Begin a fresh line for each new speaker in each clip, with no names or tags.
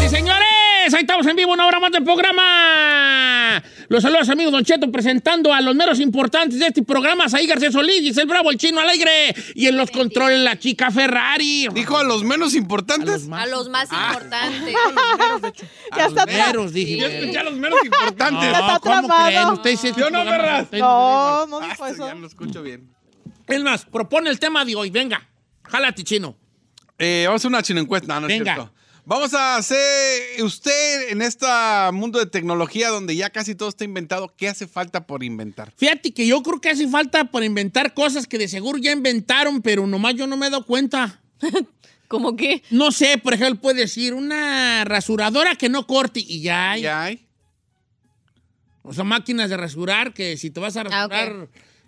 ¡Sí, señores! Ahí estamos en vivo, una hora más del programa. Los saludos, amigos Don Cheto, presentando a los meros importantes de este programa, Saí Garcés Solís, el Bravo, el Chino Alegre, y en los controles la chica Ferrari.
Dijo a los menos importantes.
A los más importantes.
ya los meros, dije.
Yo escuché a los menos importantes.
No, ¿cómo
trabado.
creen? Usted dice este
Yo no,
programa,
perras.
usted
No, no
Ah,
dijo
Hasta
eso.
ya no escucho bien.
Es más, propone el tema de hoy, venga. Jálate, Chino.
Eh, vamos a hacer una chino encuesta. No, no es
Venga.
cierto. Vamos a hacer. eh, Usted en este mundo de tecnología donde ya casi todo está inventado, ¿qué hace falta por inventar?
Fíjate que yo creo que hace falta por inventar cosas que de seguro ya inventaron, pero nomás yo no me he dado cuenta.
¿Cómo qué?
No sé, por ejemplo, puede decir una rasuradora que no corte y ya hay.
Ya hay.
O sea, máquinas de rasurar que si te vas a
Ah, ok.
rasurar,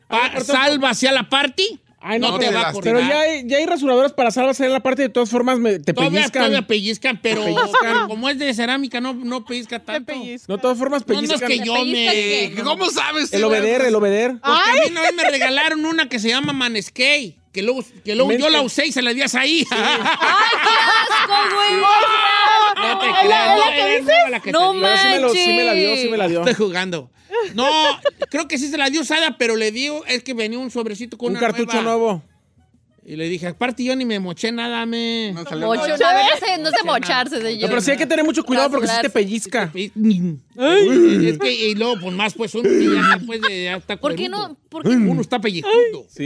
pa- salva hacia la party,
Ay,
no,
no,
te
pero
va a
las-
cortar.
Pero ya hay, ya hay rasuradoras para salvas en la parte, de todas formas me- te
todavía,
pellizcan.
todavía pellizcan, pero
Te pellizcan.
pero como es de cerámica, no, no pellizca tanto.
No, de todas formas
No, no
pellizcan.
es que yo
pellizcan
me...
y
Eh, ¿Cómo sabes?
El obeder, el obeder.
Porque a mí una vez me regalaron una que se llama Maneskey, que luego, que luego yo
Menske.
la usé y se la di a ahí.
¡Asco, güey!
no te
¿Es
creas,
la- es la
no,
que
era
dices?
la que
No
te di.
Pero sí me, lo, sí me la dio, sí me la dio.
Estoy jugando. No, creo que sí se la dio usada, pero le dio, es que venía un sobrecito con
Un
una
cartucho
nueva.
nuevo.
Y le dije, aparte yo ni me moché nada, me.
No salió nada.
Mocho, una vez no sé, no sé mocharse,
No,
señor.
pero sí hay que tener mucho cuidado porque si te
Rasurarse.
pellizca. Mm.
Y- Uy, Es que, y luego, pues más, pues uno que ya, pues, de- ya está
¿Por qué
cuerudo.
no? ¿Por qué,
Uno está pellejudo.
Sí.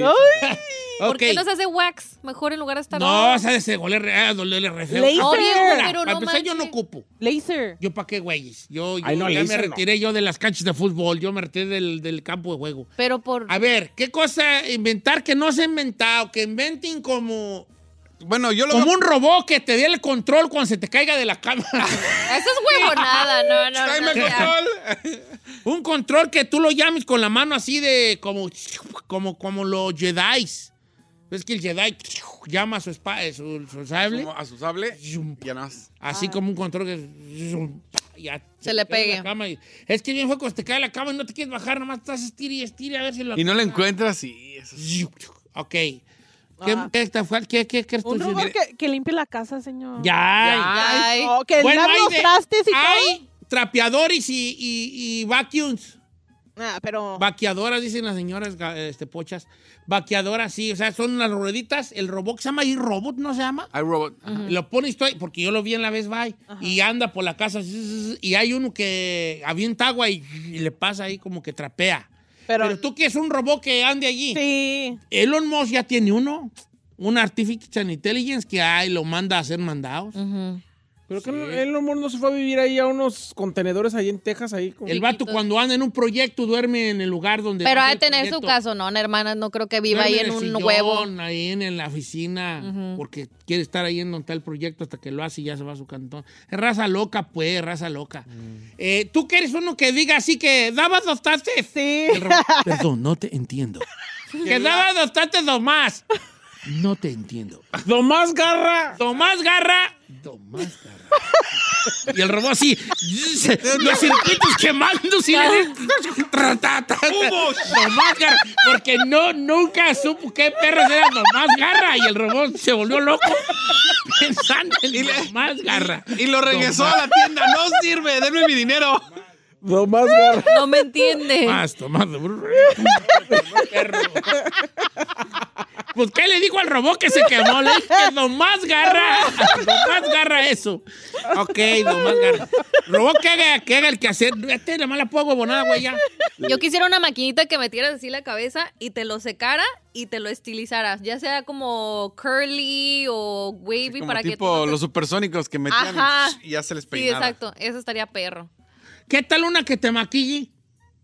¿por
Ok.
qué no se hace wax? Mejor en lugar de estar.
No, o sea, ese goler ah, dolerle re feo.
Laser.
No,
viejo,
mira,
pero
para
no
empezar, pues, yo no
manches.
ocupo.
Laser.
¿Yo para qué, güeyes? Yo, yo
Ay, no,
ya me
laser, no.
retiré yo de las canchas de fútbol. Yo me retiré del, del campo de juego.
Pero por.
A ver, ¿qué cosa inventar que no se ha inventado? Que inventen como,
Bueno, yo lo
como
veo-
un robot que te dé el control cuando se te caiga de la cama.
Eso es huevonada, no, no.
Tráeme
no,
el
ya.
control.
Un control que tú lo llames con la mano así de como, como, como los Jedi. ¿Ves que el Jedi llama a su, espa- eh, su, su sable?
Como A su sable.
Zum.
Ya nada más.
Así como un control que zum, ya
Ah. Se le
te cae de la
pegue.
cama y- es que bien fue cuando te cae de la cama y no te quieres bajar, nomás estás estira y estira a ver si lo...
Y no la encuentras y eso es-
Ok. ¿Qué,
Ah.
qué, está- qué, qué, qué
Un
estás-
robot que, que limpie la casa, señor.
Pues Ya.
Ay.
Oh, que
Bueno,
lave
hay
los
de-
trastes y todo.
Hay trapeadores y, y, y vacuums.
Ah, pero.
Vaqueadoras, dicen las señoras ga- este, pochas. Vaqueadoras, sí. O sea, son las rueditas. El robot que se llama iRobot, ¿no se llama?
I, robot.
Lo pones tú ahí, porque yo lo vi en la Best Buy. Y anda por la casa. zzz, zzz, Y hay uno que avienta agua y, y le pasa ahí como que trapea. Pero,
Pero-
tú que es un robot que ande allí.
Sí.
Elon Musk ya tiene uno. Un Artificial Intelligence que ahí lo manda a hacer mandados.
Pero que el Elon Musk no se fue a vivir ahí a unos contenedores ahí en Texas, ahí como-
El vato cuando anda en un proyecto duerme en el lugar donde...
Pero
va
ha de
el
tener su
proyecto.
caso, ¿no? Hermana, no creo que viva
Duerme
ahí
en
en
el
un
sillón,
huevo.
Ahí en, en la oficina, porque quiere estar ahí en donde está el proyecto hasta que lo hace y ya se va a su cantón. Es raza loca, pues, es raza loca. Eh, ¿Tú quieres uno que diga así que daba dos tates?
Sí.
El robot, Perdón, no te entiendo. que daba dos tates nomás. No te entiendo.
¡Nomás garra!
Tomás Garra. Tomás Garra. Y el robot así, los circuitos quemándose. y le- Tra, ta, ta, ta. Nomás garra, Porque no, nunca supo qué perros eran nomás garra. Y el robot se volvió loco pensando en nomás garra.
Y lo regresó a la tienda. No sirve, denme mi dinero.
No más, güey.
No me entiende.
Ah, Más, tomás. Perro. Pues, ¿qué le dijo al robot que se quemó? Le dije que nomás garra. Nomás garra eso. Ok, nomás garra. Robot que haga, que haga el quehacer. Vete, nada más la pongo huevonada, güey, ya.
Yo quisiera una maquinita que metieras así la cabeza y te lo secara y te lo estilizaras. Ya sea como curly o wavy
Como
para que.
tipo
tú no
los
te-
supersónicos que metían y
Ajá.
sh- y ya se les
Sí,
peinaba.
exacto. Eso estaría perro.
¿Qué tal una que te maquille?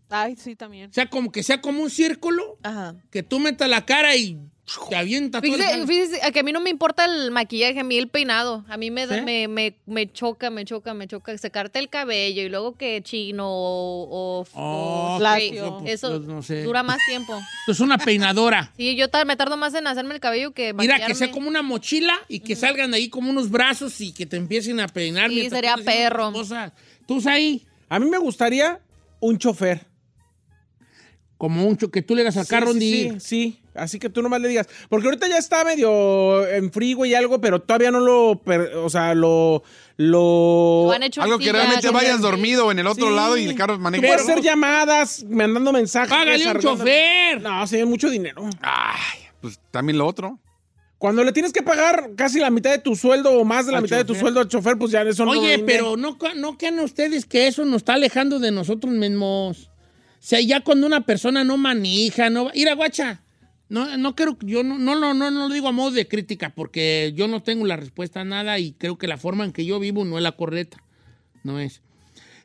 Ay, sí, también.
O sea, como que sea como un círculo,
Ajá.
que tú metas la cara y te avienta todo. el-
Fíjese, fíjese que a mí no me importa el maquillaje, a mí el peinado. A mí me, da-
¿Sí?
me, me, me choca, me choca, me choca. Secarte el cabello y luego que chino o. o-
Oh,
o
Lacio.
straight.
pues,
Eso
pues, no sé.
dura más tiempo.
Esto es una peinadora.
Sí, yo ta- me tardo más en hacerme el cabello que
Mira,
maquillarme.
que sea como una mochila y que salgan de ahí como unos brazos y que te empiecen a peinar.
Sí,
mientras
sería
estás haciendo
perro.
tus Cosas. Tú ahí,
A mí me gustaría un chofer.
como un cho- que tú le das al carro
sí,
un
sí,
día.
sí, sí. así que tú nomás le digas. Porque ahorita ya está medio en frigo y algo, pero todavía no lo. per- O sea, lo. Lo.
Lo han hecho
Algo
así,
que
ya,
realmente
con
vayas
el-
dormido en el otro
Sí.
lado y el carro maneja.
Tú puedes hacer llamadas, mandando mensajes.
Págale un
arreglando-
chofer.
No, sí, mucho dinero.
Ay, pues también lo otro.
Cuando le tienes que pagar casi la mitad de tu sueldo o más de la
Al
mitad de tu
chofer.
sueldo al chofer, pues ya eso no
Oye,
rinde.
pero no, ca- no crean ustedes que eso nos está alejando de nosotros mismos. O sea, ya cuando una persona no manija, no... Mira, guacha, no, no creo, yo no, no, no, no, no lo digo a modo de crítica, porque yo no tengo la respuesta a nada y creo que la forma en que yo vivo no es la correcta, no es.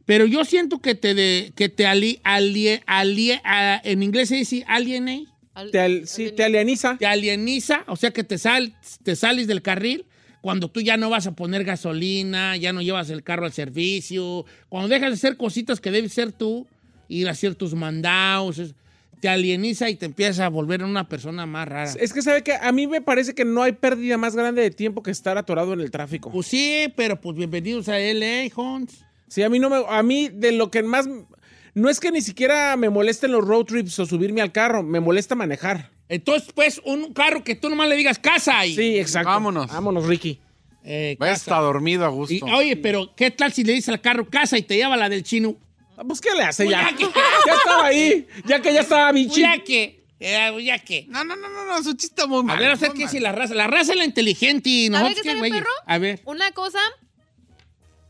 Pero yo siento que te, de- que te ali, alie- alie- a- en inglés se dice alienate,
Al-
Te, al- sí, te alieniza.
te alieniza, o sea que te, sal, te sales del carril cuando tú ya no vas a poner gasolina, ya no llevas el carro al servicio, cuando dejas de hacer cositas que debes ser tú, ir a hacer tus mandados, es- te alieniza y te empiezas a volver una persona más rara.
Es que sabe que a mí me parece que no hay pérdida más grande de tiempo que estar atorado en el tráfico.
Pues sí, pero pues bienvenidos a LA, Hons.
Sí, a mí no me, a mí de lo que más no es que ni siquiera me molesten los road trips o subirme al carro, me molesta manejar.
Entonces, pues, un carro que tú nomás le digas casa y...
Sí, exacto.
Vámonos.
Vámonos, Ricky.
eh,
Vaya
casa.
hasta dormido a gusto.
Y, oye, pero ¿qué tal si le dices al carro casa y te lleva la del chino?
Ah, Pues qué le hace
Pues
ya.
ya que-
ya estaba ahí, ya que ya estaba bichi.
Ya que, eh, ya que.
No, no, no, no, no, su chiste está muy
A
mal.
ver, a ver
muy
qué
mal.
si la raza. La raza es la inteligente y nosotros
qué
qué
estaría
güeyes.
perro?
A ver.
Una cosa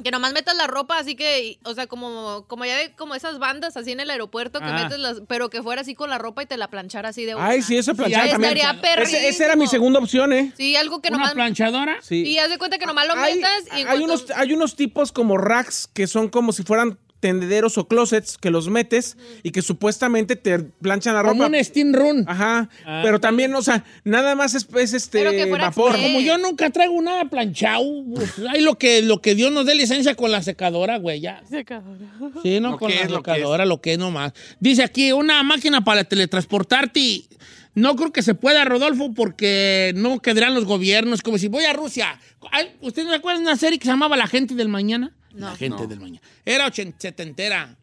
que nomás metas la ropa así que, o sea, como, como ya ve como esas bandas así en el aeropuerto que
Ah.
metes las, pero que fuera así con la ropa y te la planchara así de una.
Ay, sí, eso planchar
ya
también.
estaría
Ese- esa era mi
perrísimo.
segunda opción, eh.
Sí, algo que
¿Una
nomás.
planchadora?
Sí.
Y haz de cuenta que nomás lo
hay,
metas y en
hay
cuanto-
unos, hay unos tipos como racks que son como si fueran tendederos o closets que los metes y que supuestamente te planchan la
Como
ropa.
un steam run.
Ajá,
Ah.
pero también, o sea, nada más es, es este
Pero que fuera
vapor.
express.
Como yo nunca traigo nada planchado. pues, hay lo que, lo que Dios nos dé licencia con la secadora, güey, ya.
Secadora.
Sí, no
Lo
con
que
la
es, lo que
secadora, lo que es nomás. Dice aquí, una máquina para teletransportarte. No creo que se pueda, Rodolfo, porque no quedarán los gobiernos. Como si voy a Rusia. Ay, ¿Ustedes no se acuerdan de una serie que se llamaba La Gente del Mañana? La Gente del Mañana. Era ochen- setentera.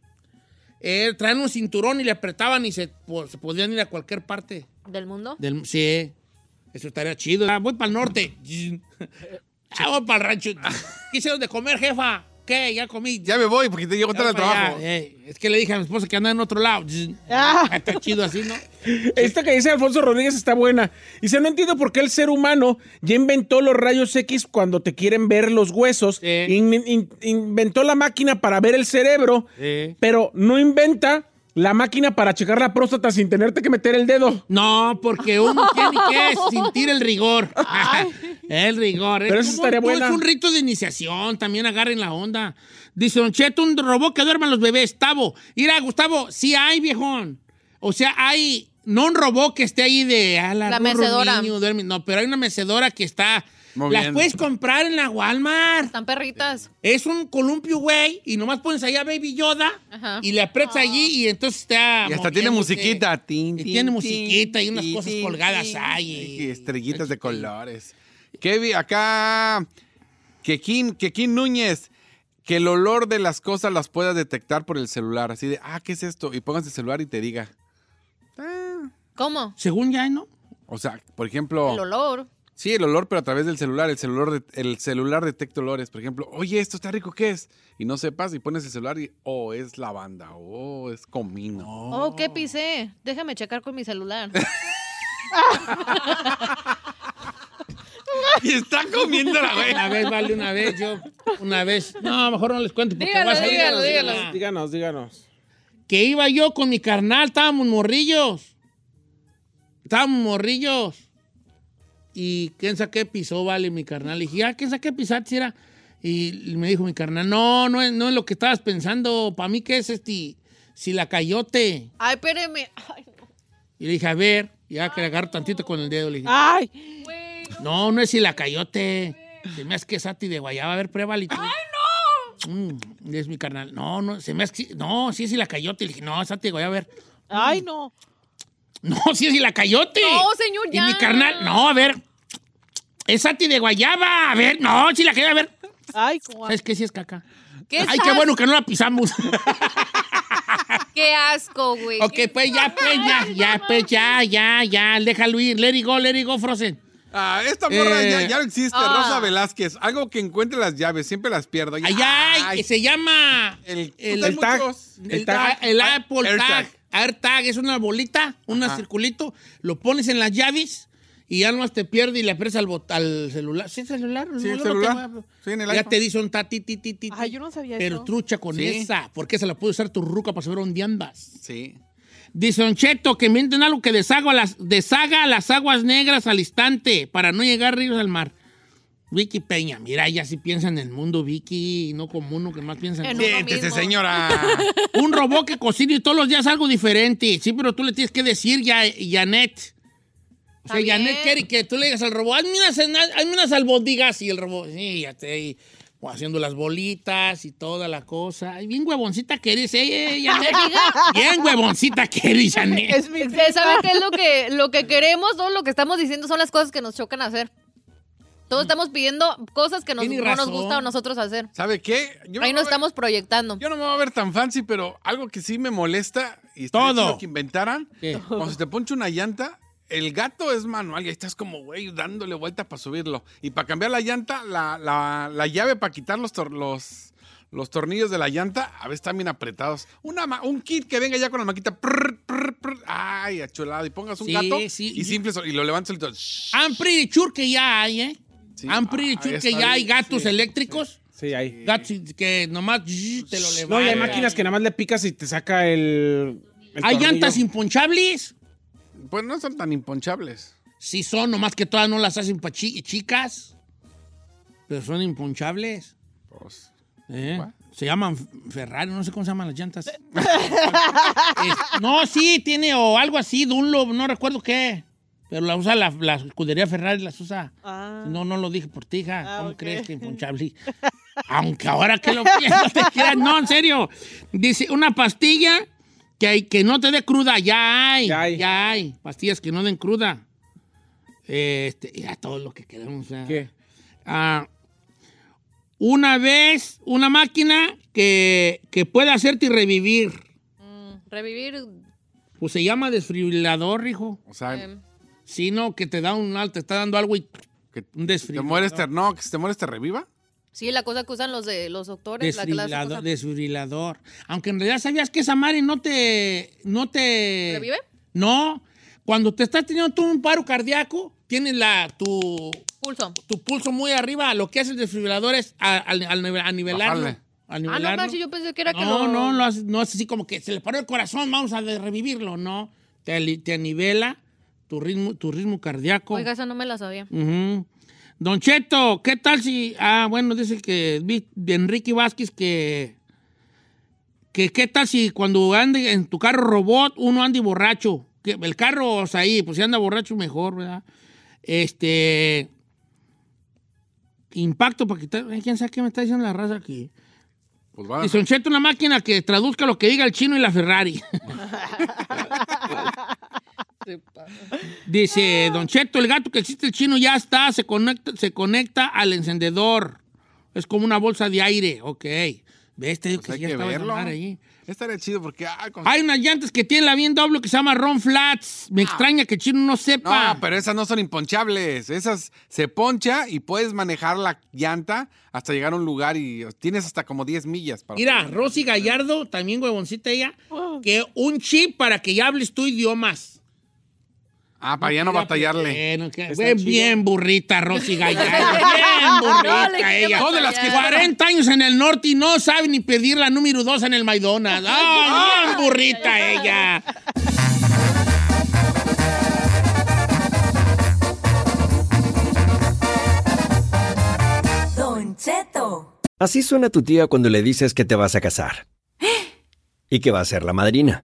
Eh, traían un cinturón y le apretaban y se, po- se podían ir a cualquier parte.
del mundo.
Del, sí, eso estaría chido. Ah, voy para el norte. Ah, voy para el rancho. Quise de comer, jefa. ¿Qué? Ya comí.
Ya me voy porque te llego tarde al
Ya, ya,
trabajo. Ah.
eh, es que le dije a mi esposa que anda en otro lado. Está chido así, ¿no?
Esta que dice Alfonso Rodríguez está buena. Dice, no entiendo por qué el ser humano ya inventó los rayos X cuando te quieren ver los huesos.
Sí.
In- in- inventó la máquina para ver el cerebro, pero no inventa la máquina para checar la próstata sin tenerte que meter el dedo.
No, porque uno tiene que sentir el rigor. el rigor.
Pero eso
Es como-
estaría
como
buena.
Es un rito de iniciación, también agarren la onda. Dice Don Cheto, un robot que duerman los bebés. Tavo, mira, Gustavo, sí hay, viejón. O sea, hay, no un robot que esté ahí de... "Ah,
La
rorro,
mecedora.
niño, duerme". No, pero hay una mecedora que está... Las
Moviendo.
puedes comprar en la Walmart.
Están perritas.
Es un columpio, güey, y nomás pones allá a Baby Yoda
Ajá.
y le aprietas allí y entonces está.
Y hasta tiene
moviéndose.
musiquita. Tin,
Y
tin,
tiene
tin,
musiquita y unas
tin,
cosas
tin,
colgadas
tin.
ahí.
Y estrellitas de colores. Kevin, acá. Que Kim, que Kim Núñez, que el olor de las cosas las puedas detectar por el celular. Así de, ah, ¿qué es esto? Y pongas el celular y te diga.
¿Cómo?
Según ya, ¿no?
O sea, por ejemplo.
El olor.
Sí, el olor, pero a través del celular. El celular, de- el celular detecta olores. Por ejemplo, oye, esto está rico, ¿qué es? Y no sepas, y pones el celular y, oh, es lavanda, oh, es comino.
Oh, ¿qué pisé? Déjame checar con mi celular.
Y está comiendo la güey.
Una vez, vale, una vez, yo, una vez. No, mejor no les cuento porque
Dígalo,
vas a Ah. ir a
dígalo,
la-
dígalo.
Díganos, díganos.
que iba yo con mi carnal, estábamos morrillos. Estábamos morrillos. Y quién sabe qué pisó, vale, mi carnal. Le dije, ah, quién sabe qué pisaste, era. Y me dijo mi carnal, no, no es, no es lo que estabas pensando. Para mí, ¿qué es este? Si la cayote.
Ay, espéreme. Ay,
Y le dije, a ver, ya que le agarro tantito con el dedo. Le dije,
Ay,
güey.
no, no es si la cayote. Se me hace que es Sati de Guayaba. A ver, pruébale. ¡Ay, no! Mm, es mi carnal. No, no, se me hace que- No, sí es si la cayote. Le dije, no, es Sati de Guayaba. A ver. Mm.
ay, no.
No, sí es la cayote.
No, señor, ya.
Y mi carnal, no, a ver. Es Sati de Guayaba. A ver, no, sí la cayote, a ver.
Ay, Juan.
¿Sabes qué? Sí es caca.
¿Qué
Ay,
es
qué
as-
bueno que no la pisamos.
Qué asco, güey.
ok, pues ya, pues ya, ya, pues ya, ya, ya. Déjalo ir. Let it go, let it go, Frozen.
Ah, esta morra
Eh,
ya, ya no existe.
ah.
Rosa Velázquez. Algo que encuentre las llaves, siempre las pierdo.
Ay, ay, que se llama
El,
el-
el
el tag.
Pues el,
El
ta-
tag.
el Apple
Air
tag.
tag.
Air tag es una bolita, un
Ajá.
circulito. Lo pones en las llaves y ya no te pierde y le aprietas al, bot- al celular. ¿Sí, celular?
Sí, el
Yo no
celular.
tengo-
Sí, en el
Ya
iPhone.
te dice un ta, ti, ti, ti, ti,
Ay,
ti.
yo no sabía
Pero
eso.
trucha con
Sí.
esa, porque se la puede usar tu ruca para saber dónde andas.
Sí.
Dice Don Cheto que mienten algo que deshaga las, deshaga las aguas negras al instante para no llegar ríos al mar. Vicky Peña, mira, ella sí piensa en el mundo, Vicky, y no como uno que más piensa en
En
Sí.
uno
Siéntese,
mismo.
señora.
Un robot que cocina y todos los días algo diferente. Sí, pero tú le tienes que decir, ya, Janet. O sea,
Está bien.
Janet quiere que tú le digas al robot, hazme unas, hazme unas albóndigas", Y el robot, sí, ya te ahí, pues, haciendo las bolitas y toda la cosa. Ay, bien huevoncita que eres, eh, eh, Janet. bien huevoncita que eres, Janet.
Es mi
Usted sabe
prima.
qué es lo que, lo que queremos, todo lo que estamos diciendo son las cosas que nos chocan hacer. Todos estamos pidiendo cosas que nos,
Tiene
no nos
razón.
gusta a nosotros hacer.
¿Sabe qué? Yo me
Ahí nos
voy a ver-
estamos proyectando.
Yo no me voy a ver tan fancy, pero algo que sí me molesta y estaría
Todo.
chido que inventaran.
¿Qué?
Cuando se te poncha una llanta, el gato es manual y ahí estás como, güey, dándole vuelta para subirlo. Y para cambiar la llanta, la, la- la llave para quitar los, tor- los, los tornillos de la llanta, a veces están bien apretados. Una, ma- un kit que venga ya con la maquita, prr, prr, prr, ay, achulado, y pongas un
Sí,
gato
sí,
y
yo-
simple, y lo levantas solito. shh.
I'm pretty sure que ya hay, ¿eh?
Sí,
I'm pretty
ah,
sure
está
que ya hay
bien,
gatos
sí.
eléctricos.
Sí, ahí.
Gatos que nomás zzz, te lo levantan.
No, y hay máquinas que nada más le picas y te saca el. el
Hay
tornillo.
llantas imponchables.
Pues no son tan imponchables.
Sí son, nomás que todas no las hacen pa chi- chicas. Pero son imponchables.
Pues,
¿eh?
¿Cuál?
Se llaman F- Ferrari, no sé cómo se llaman las llantas. Es- no, sí, tiene o algo así, Dunlop, no recuerdo qué. Pero la usa la, la escudería Ferrari, las usa.
Ah.
No, no lo dije por ti, hija.
Ah,
¿Cómo
ok.
crees que imponchable? Aunque ahora que lo pienso te quieras. No, en serio. Dice, una pastilla que, hay, que no te dé cruda. Ya hay, ya
Ya
hay.
hay.
Pastillas que no den cruda. Este, ya todo lo que queremos. ¿eh?
¿Qué?
Ah, una vez, una máquina que, que pueda hacerte revivir.
Revivir.
Pues se llama desfibrilador, hijo.
o sea,
eh,
Si no, que te da un alto, te está dando algo y
que
un
te
desfibrilador.
mueres, te, no, que si te mueres te reviva.
sí, la cosa que usan los de los doctores. La clase que
Desfibrilador,
usan.
desfibrilador. Aunque en realidad sabías que esa madre no te. No te.
¿Revive? Ah,
No. Cuando te estás teniendo tú un paro cardíaco, tienes la, tu,
Pulso.
tu pulso muy arriba. Lo que hace el desfibrilador es a, al- al nive- a nivelarlo.
Bajarle.
A
Ah,
nivelarlo.
no, manches, yo pensé que era que
no,
lo-
no, lo hace- no es así como que se le paró el corazón, vamos a de- revivirlo. No. Te, li- te nivela tu ritmo, tu ritmo cardíaco.
Oiga, esa no me la sabía.
Ujú. Don Cheto, ¿qué tal si... Ah, bueno, dice que vi de Enrique Vázquez que... que ¿Qué tal si cuando ande en tu carro robot uno ande borracho? Que el carro, o sea, ahí, pues si anda borracho mejor, ¿verdad? Este... Impacto para quitar... Ay, ¿Quién sabe qué me está diciendo la raza aquí?
Pues va.
Dice Don Cheto, una máquina que traduzca lo que diga el chino y la Ferrari. Dice Don Cheto, el gato que existe el chino ya está, se conecta, se conecta al encendedor. Es como una bolsa de aire. Ok. Ve, este digo
Pues
que
hay
ya
que
estaba en
verlo.
andar ahí.
Estaría chido porque. ah, con-
Hay unas llantas que tienen la bien doble que se llama Ron Flats. Me extraña que Chino no
No,
sepa.
pero esas no son imponchables. Esas se poncha y puedes manejar la llanta hasta llegar a un lugar y tienes hasta como 10 millas para.
Mira, Rosy Gallardo, también huevoncita ella, que un chip para que ya hables tu idiomas.
Ah, para ya no
Mira,
batallarle.
eh, no, que-
Está
güey,
chido.
bien burrita, Rosy Gallardo. bien burrita
No le quiere
ella.
Son de las que-
40 años en el norte y no sabe ni pedir la número 2 en el Maidona. ¡Ah, bien burrita ella!
Así suena tu tía cuando le dices que te vas a casar. Y que va a ser la madrina.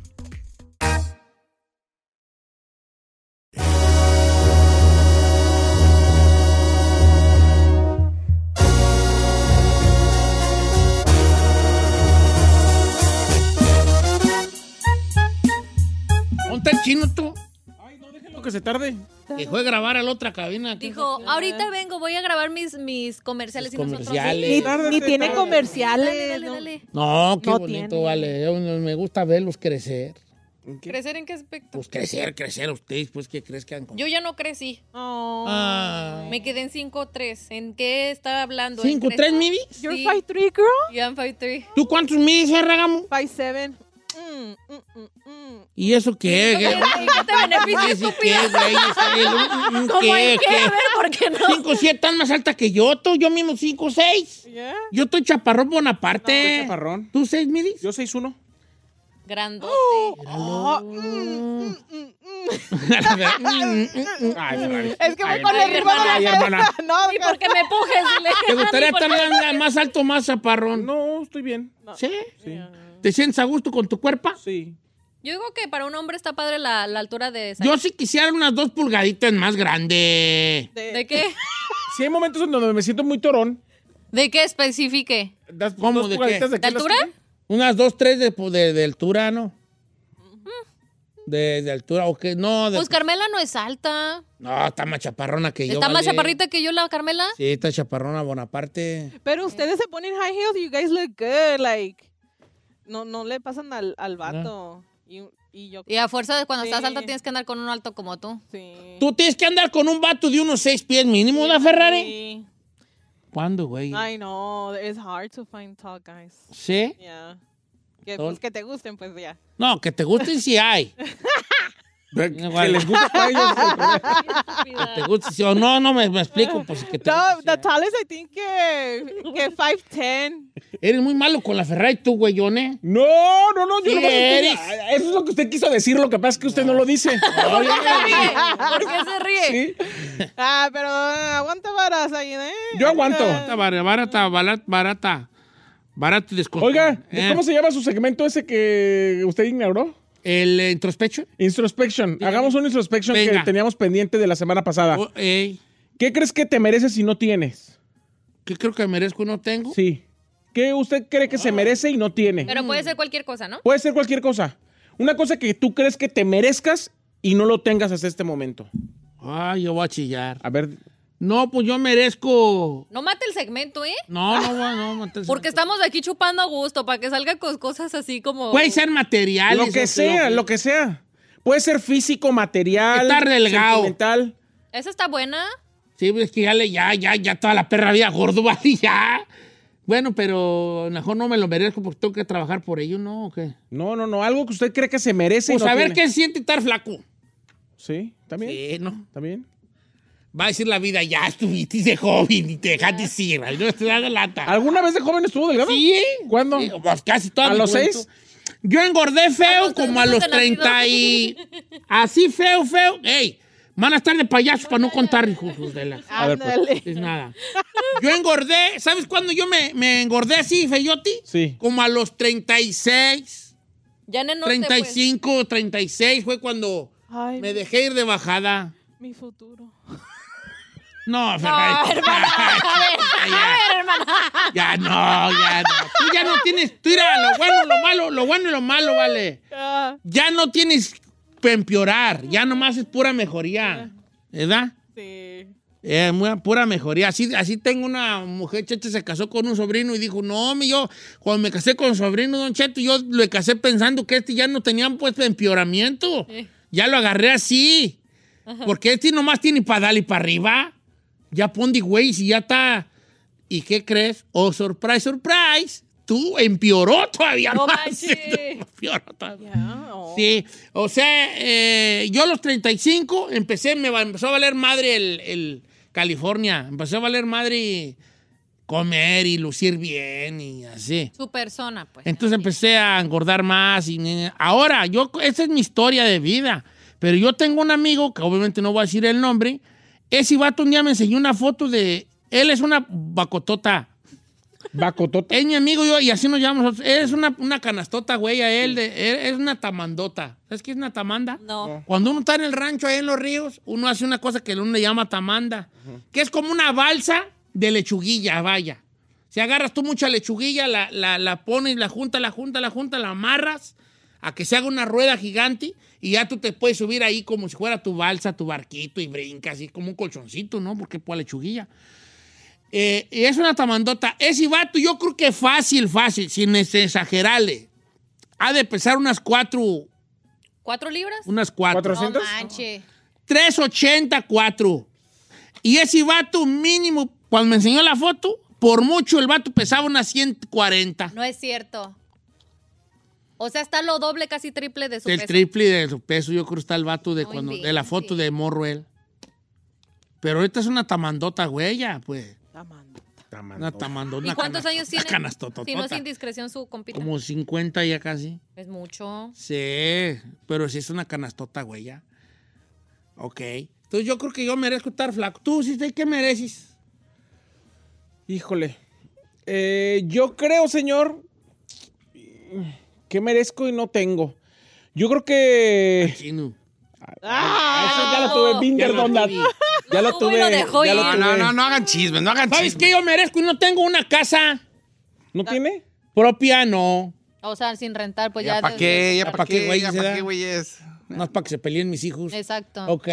Ponte el chino tú.
Lo que se tarde.
Dejó de grabar a la otra cabina.
Dijo, ahorita vengo, voy a grabar mis, mis comerciales.
Los
y nosotros-
comerciales.
Ni,
Tarde,
ni
tarde.
tiene
Dale,
comerciales.
dale, dale,
¿no?
dale.
No, qué
No
bonito,
tiene.
vale. Yo- Me gusta verlos crecer.
¿Crecer en qué aspecto?
Pues crecer, crecer ustedes, pues que crezcan. Con...
Yo ya no crecí.
No.
Ah.
Me quedé en 5-3. ¿En qué estaba hablando?
¿Cinco,
¿En
tres midis?
You're
Sí.
5'3", girl.
Yo en 5-3.
¿Tú cuántos eh, midis, Ferragamo?
5'7". Mm, mm, mm, mm.
¿Y eso qué? ¿Qué?
¿En qué te beneficia,
¿Qué? sí, ¿Qué, güey? ¿Qué? ¿Qué?
estúpido? ¿Cómo en qué? A ver, ¿por qué no?
Cinco, siete, tan más alta que yo, tú. Yo mismo cinco, seis.
Yeah.
Yo estoy chaparrón Bonaparte.
No, tú chaparrón.
¿Tú seis midis?
Yo 6'1.
Grandote.
Oh, mm, mm, mm, mm.
Ay, Ferrari.
Es que voy
Ay,
con el
ay,
ritmo de la
ay, hermana.
cabeza. No,
¿Y por qué me pujes?
¿Te gustaría estar más, más alto o más chaparrón?
No, estoy bien.
¿Sí? ¿Te sientes a gusto con tu cuerpo?
Sí.
Yo digo que para un hombre está padre la, la altura de esa.
Yo sí quisiera unas dos pulgaditas más grande.
¿De qué?
Sí hay momentos en donde me siento muy torón.
¿De qué especifique?
Das,
¿Cómo?
dos
¿De qué?
pulgaditas
¿De
aquí, las-
altura?
Unas dos, tres de, de, de altura, ¿no? De, de altura, ¿o qué? No, de,
Pues Carmela no es alta.
no, está más chaparrona que yo.
¿Está más
vale.
chaparrita que yo la Carmela?
Sí, está chaparrona Bonaparte.
Pero ustedes se ponen high heels y you guys look good, like. No, no le pasan al, al vato. Y, y yo,
Y a fuerza de cuando estás
Sí.
alta tienes que andar con uno alto como tú.
sí.
Tú tienes que andar con un vato de unos seis pies mínimo, ¿da Ferrari?
Sí. Ah.
¿Cuándo, güey?
I know, it's hard to find tall guys.
¿Sí?
Yeah. Que,
Tall.
pues, que te gusten, pues ya.
No, que te gusten si hay.
Que les gusta para ellos.
¿Te gusta? Sí o no, no me, me explico. Pues, que te-
No, the tallest I think que, que 5'10.
Eres muy malo con la Ferrari, tú, güeyone.
No, no, no, yo
Sí
nomás
eres.
estoy- Eso es lo que usted quiso decir, lo que pasa es que usted no lo dice.
No, ya-
¿Por qué se ríe?
Sí,
Ah, pero ah, aguanta varas ahí, ¿eh?
yo aguanto.
Barata, bar- barata, barata, barata. Barata y descontrol.
Oiga, ¿y
Eh,
¿cómo se llama su segmento ese que usted ignoró?
El eh, introspecho.
Introspection. Hagamos un introspection
Venga.
que teníamos pendiente de la semana pasada.
Oh, ey,
¿Qué crees que te mereces si no tienes?
¿Qué creo que merezco y no tengo? Ah.
Sí. ¿Qué usted cree que se merece y no tiene?
Pero
Mm.
puede ser cualquier cosa, ¿no?
Puede ser cualquier cosa. Una cosa que tú crees que te merezcas y no lo tengas hasta este momento.
Ay, yo voy a chillar.
A ver,
No, pues yo merezco.
No mate el segmento, ¿eh?
No, no, no, no. mate-
Porque estamos aquí chupando a gusto para que salga con cosas así como.
Puede ser materiales.
lo que
o-
sea, lo que sea. Puede ser físico, material.
Estar delgado.
sentimental.
Esa está buena.
Sí, pues es que ya, le, ya, ya, ya toda la perra vida gordo, vale, ya. Bueno, pero mejor no me lo merezco porque tengo que trabajar por ello, ¿no? ¿O qué?
No, no, no. Algo que usted cree que se merece. y
Pues
no
a ver
tiene.
qué se siente estar flaco.
Sí, también.
Sí, ¿no?
También.
Va a decir la vida, ya estuviste de joven y te dejaste ciega. y No te das lata.
¿Alguna vez de joven estuvo delgado?
Sí.
¿Cuándo?
Sí, pues casi toda
¿A
mi
los
juventud.
seis?
Yo engordé
A
feo
los
como
tres
a los
meses de
30 y... Así feo, feo. Ey, van a estar de payasos para no contar, hijos de la...
ver, pues.
Ándale.
Es nada. Yo engordé, ¿sabes cuándo yo me, me engordé así, Feyoti?
Sí.
Como a los 36,
Ya en el norte, pues.
35, 36 fue cuando
Ay,
me dejé ir de bajada.
mi futuro.
No, Ferrari. ya, ya no, ya no. Tú ya no tienes, tú mira, lo bueno, lo malo, lo bueno y lo malo, vale.
Ah,
Ya no tienes que empeorar, ya nomás es pura mejoría, ¿verdad?
sí.
Eh, muy- pura mejoría. Así, así tengo una mujer, Cheche, se casó con un sobrino y dijo, no, mi, yo cuando me casé con el sobrino, don Cheto, yo le casé pensando que este ya no tenían pues empeoramiento. Ya lo agarré así. Porque este nomás tiene para darle para arriba. Ya pondi, güey, si ya está. ¿Y qué crees? Oh, surprise, surprise. Tú empeoró todavía
No
más.
manches.
empeoró todavía.
Ya, oh.
Sí, o sea, eh, yo a los 35 empecé, me va- empezó a valer madre el, el California, empezó a valer madre comer y lucir bien y así.
Su persona, pues.
Entonces empecé a engordar más y eh, ahora, yo, esa es mi historia de vida, pero yo tengo un amigo, que obviamente no voy a decir el nombre, ese vato un día me enseñó una foto de, él es una bacotota.
Bacotota.
Es mi amigo yo, y así nos llamamos. nosotros. Él es una, una canastota, güey, a él. de- él es una tamandota. ¿Sabes qué es una tamanda?
No.
Cuando uno está en el rancho, ahí en los ríos, uno hace una cosa que uno le llama tamanda, que es como una balsa de lechuguilla, vaya. Si agarras tú mucha lechuguilla, la, la, la pones, la junta, la junta, la junta, la amarras a que se haga una rueda gigante y ya tú te puedes subir ahí como si fuera tu balsa, tu barquito y brincas, así como un colchoncito, ¿no? Porque pues lechuguilla. Eh, y es una tamandota. Ese vato, yo creo que fácil, fácil, sin exagerarle. Ha de pesar unas cuatro,
¿Cuatro libras?
unas cuatro.
Cuatro-
No
300?
manche.
384. Y ese vato mínimo, cuando me enseñó la foto, por mucho el vato pesaba unas 140.
No es cierto. O sea, está lo doble, casi triple de su
El
peso.
triple de su peso, yo creo que está el vato de,
No
cuando, de la
inventes.
foto de Morruel. Pero ahorita es una tamandota, güey, ya, pues.
La mando.
Una tamandota.
¿Y
una
cuántos
canastota,
años tiene?
una canastototota.
Si no es indiscreción su compita.
Como 50 ya casi.
Es mucho.
Sí, pero si es una canastota, güey, ya. Ok. Entonces yo creo que yo merezco estar flaco. Tú, sí, ¿qué mereces?
Híjole. Eh, yo creo, señor, que merezco y no tengo. Yo creo que.
Chino.
Ah, eso ya lo tuve, Binder
Ya lo
Donut.
tuve.
Ya lo
Lo
tuve.
tuvo y lo dejó
ya
ir.
lo
No,
tuve.
no, no, no hagan chismes, no hagan
¿Sabes qué
chismes.
yo merezco y no tengo una casa Ah.
¿No tiene?
propia? No.
O sea, sin rentar, pues ya.
¿Ya para qué? ¿Ya para
pa' qué,
qué?
güey,
¿Ya
se
para
da?
qué, güey? Es.
No es para que se peleen mis hijos.
Exacto.
Ok.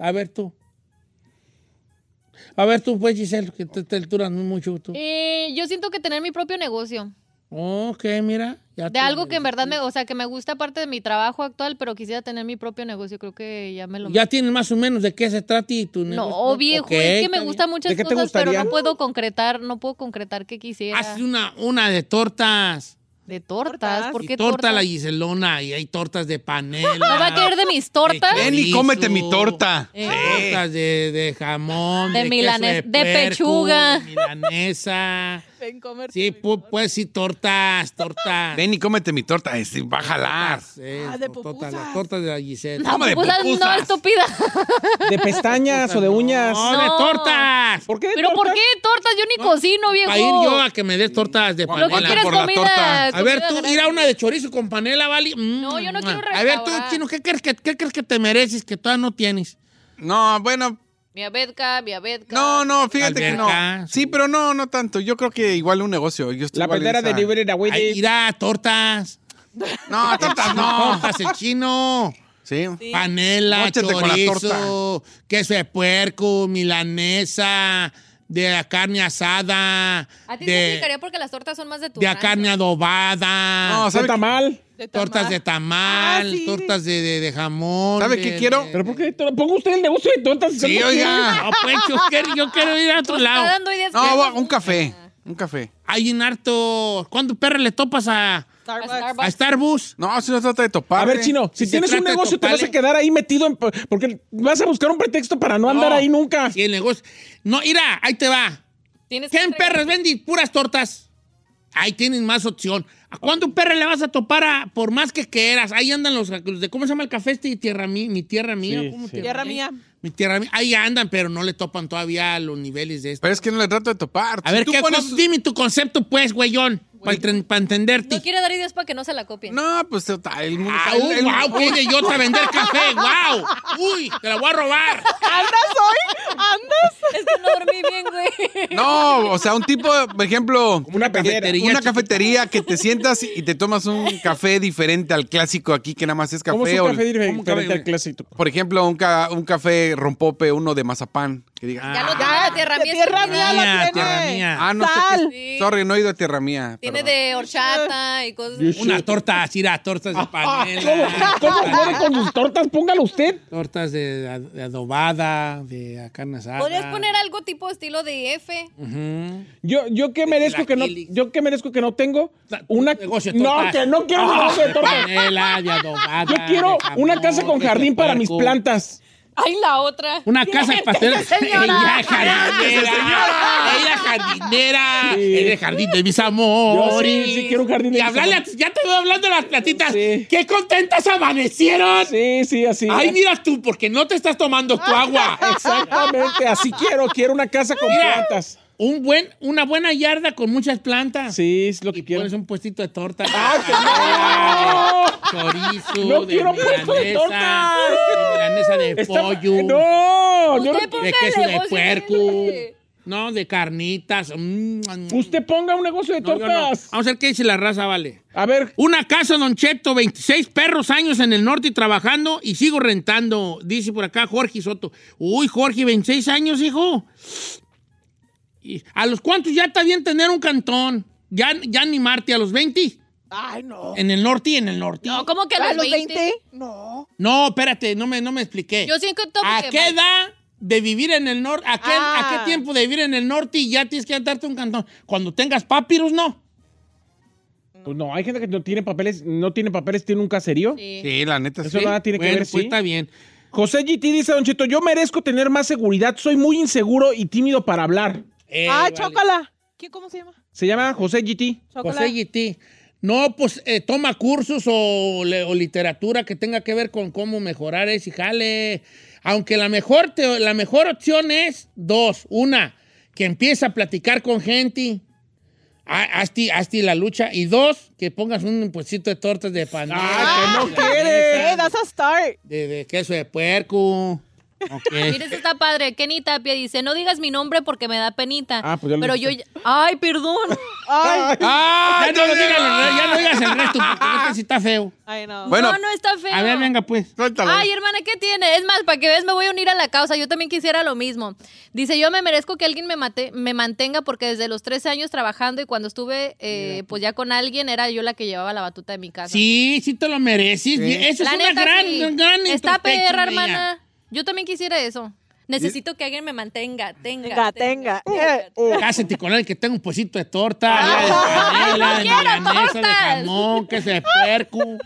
A ver tú. A ver tú, pues, Giselle, que te, te alturas no mucho tú.
Eh, yo siento que tener mi propio negocio.
Ok, mira. ya
De
tú
algo que en
mereces.
verdad me, o sea, que me gusta aparte de mi trabajo actual, pero quisiera tener mi propio negocio. Creo que ya me lo.
Ya tienes más o menos de qué se trata y tu negocio.
no, viejo,
Ok,
es que
está
me
bien.
gustan muchas
¿De qué te
cosas, pero
gustaría?
no puedo concretar, no puedo concretar que quisiera.
Haz una, una de Ah, tortas.
De tortas. ¿Por
Y
qué
torta
tortas?
la Giselona y hay tortas de panela.
¿No va a querer de mis tortas?
Ven y cómete mi torta. Tortas de, de jamón,
De
de,
milanes-
queso
de
puerco,
pechuga.
milanesa.
Ven, comer.
Sí, pu- pues sí, tortas, tortas.
Ven y cómete mi torta. eh, sí, va a jalar.
ah, de tortas, las tortas de la Gisela.
No,
Come de
pupusas, no,
pupusas.
estúpida.
¿De pestañas o de uñas?
No, de tortas.
¿Por qué?
¿Pero por
tortas?
qué tortas? Yo ni cocino, viejo.
Para ir yo a que me des tortas de
Juan, Lo que
panela.
quieras Por la comida- torta.
A ver, tú,
comida
ir a una de chorizo con panela, ¿vale?
No, yo no quiero
A ver, tú,
restaurar.
Chino, ¿qué crees, que, ¿qué crees que te mereces que todavía no tienes?
No, bueno.
Mi abedca, mi abedca.
No, no, fíjate que
Alberca,
no. Sí, pero no, no tanto. Yo creo que igual un negocio. Yo estoy
La
igual en
bandera
esa-
de Liberty Away.
Ay,
Day.
ir a tortas.
No, tortas no.
Tortas, el chino.
Sí.
Panela,
Móchate con la
chorizo, queso de puerco, milanesa, de la carne asada,
A ti te
de,
explicaría porque las tortas son más de tu
de la
rancho.
carne adobada,
No,
¿Sabe
¿sabe,
está
qué-
mal?
tortas de tamal,
Ah, sí.
tortas de, de- de jamón.
¿sabe
de-
qué quiero?
¿Pero por qué? Pero Ponga usted el negocio de tortas.
Sí, oiga.
No, pues yo quiero, yo quiero ir a otro
Está
lado.
dando ideas.
No,
creativas.
va- un café. Un café.
Hay en harto. ¿Cuándo perra le topas a,
A
Starbucks. Ah,
Starbucks.
a Starbucks?
No, si no trata de topar.
A ver,
eh.
Chino, si
Si
tienes
se
un
trata de eh.
negocio, te vas a
toparle-
quedar ahí metido en- Porque vas a buscar un pretexto para no, andar ahí nunca.
Sí, el negocio. No, mira, ahí te va.
Tienes que
¿Quién
entregar-
perras vende puras tortas? Ahí tienen más opción. ¿A cuánto perra le vas a topar a- por más que quieras? Ahí andan los, los de, ¿cómo se llama el café este? Tierra mía, mi tierra mía.
Sí,
¿Cómo
sí.
Tierra mía.
Mi tierra mía. Ahí andan, pero no le topan todavía los niveles de esto.
Pero es que no le trato de topar.
A
Si
ver,
tú
¿qué,
pones-
con- dime tu concepto, pues, güeyón, para entenderte.
No quiere dar ideas para que no se la copien.
No, pues el mundo.
Ah,
el-
uh,
el-
wow, viene yo a vender café, wow. Uy, te la voy a robar.
¿Andas hoy? ¿Andas?
Es que no dormí bien, güey.
No, o sea, un tipo, por ejemplo,
Como una cafetera.
cafetería
una
chiquita.
cafetería que te sientas y te tomas un café diferente al clásico aquí, que nada más es
¿Cómo es
café.
un
o-
café diferente
¿Cómo un café?
al clásico?
por ejemplo, un, ca- un café rompope, uno de mazapán. Que diga,
Ya lo tiene
Ya,
la tierra
de
mía.
tierra
estúpida.
mía.
Mía,
la Ah, tiene.
tierra mía.
ah, no sé
Sal.
qué- Sorry, no he ido a tierra mía.
Tiene
perdón.
de horchata y cosas.
Yo-
Unas tortas, mira, tortas de
Ah, ¿Cómo,
panela.
cómo juega con sus tortas? Póngalo usted.
Tortas de, de adobada, de carne asada.
Podrías poner algo tipo estilo de F.
Ujú.
Yo, yo que merezco que no,
Chilaquiles.
yo que merezco que no tengo
Ta-
una
negocio de
No,
tortas.
que no quiero un
Ah,
negocio de tortas.
panela, de adobada,
Yo quiero
de jamón,
una casa con
de
jardín para mis
puerco.
plantas.
Ay, la otra.
Una casa para tener.
señora!
Ah,
Ella es jardinera. Ella es jardinera.
Sí.
Ella es jardín de mis amores.
Yo sí, sí quiero un jardín de
Y
mis
hablarle a-
amores.
ya te veo hablando a las platitas.
Sí.
¡Qué contentas amanecieron!
Sí, sí, así.
Ay, mira tú, porque no te estás tomando tu agua.
Exactamente, así quiero, quiero una casa con plantas.
Un buen, una buena yarda con muchas plantas.
Sí, es lo
Y
que quiero.
pones un puestito de torta.
¡Ah,
Chorizo.
No
de
quiero puesto de
milanesa,
torta.
De milanesa
que
de
no! Está- Eh,
pollo.
No, yo no-
Usted ponga
de
el
queso de
negocio,
puerco.
mire.
No, de carnitas. Mm, mm.
Usted ponga un negocio de
No, yo no.
tortas.
Vamos a ver qué dice la raza, vale.
A ver,
Una casa, Don Cheto, 26 perros años en el norte y trabajando y sigo rentando, dice por acá Jorge Soto. Uy, Jorge, 26 años, hijo. Y ¿A los cuantos ya está bien tener un cantón? Ya, ya animarte a los 20.
Ay, no.
En el norte y en el norte.
No, como que a
¿A
los,
los
20?
20? No.
No, espérate, no me, no me expliqué.
Yo siento que
¿A
que-
qué edad de vivir en el norte? ¿A qué,
Ah.
¿A qué tiempo de vivir en el norte y ya tienes que andarte un cantón? Cuando tengas papiros, no.
pues no, hay gente que no tiene papeles, no tiene papeles, tiene un caserío.
Sí.
Sí, la neta
Eso
sí.
nada tiene
bueno,
que ver,
pues
sí.
está bien.
José GT dice, Don Cheto, yo merezco tener más seguridad, soy muy inseguro y tímido para hablar.
Eh,
Ah,
vale.
chócala. ¿Quién, cómo se llama?
Se llama Ah, José GT.
Chócala.
José Guití. No, pues eh, toma cursos o, le- o literatura que tenga que ver con cómo mejorar ese jale. Aunque la mejor, teo- la mejor opción es dos. Una, que empiece a platicar con gente. Ha- Hazte, hazte la lucha. Y dos, que pongas un puestito de tortas de pan.
Ah, que no
Eh,
quiere.
that's a start.
De, de queso de puerco. Ok.
Mira, ese está padre. Kenny Tapia dice, no digas mi nombre porque me da penita.
Ah, pues ya lo
Pero yo...
dijiste.
ya- Ay, perdón.
Ay,
ya, no lo digas, ya no digas el resto, porque si está feo.
ay, no.
Bueno.
no, no está feo.
A ver, venga, pues.
Suéltalo.
Ay, hermana, ¿qué tiene? Es más, para que veas, me voy a unir a la causa. Yo también quisiera lo mismo. Dice, yo me merezco que alguien me, mate- me mantenga porque desde los 13 años trabajando y cuando estuve, eh, pues ya con alguien, era yo la que llevaba la batuta de mi casa.
Sí, sí te lo mereces. Eso
La
es una
neta,
gran,
sí.
gran
Está
introspection,
perra,
mía.
hermana. Yo también quisiera eso. Necesito que alguien me mantenga. Tenga,
Tenga, tenga. Eh, eh.
Cásate con el que tenga un puesito de torta.
Ah.
la de
¡Quiero
panela, milanesa, de
tortas!
jamón, que se percu.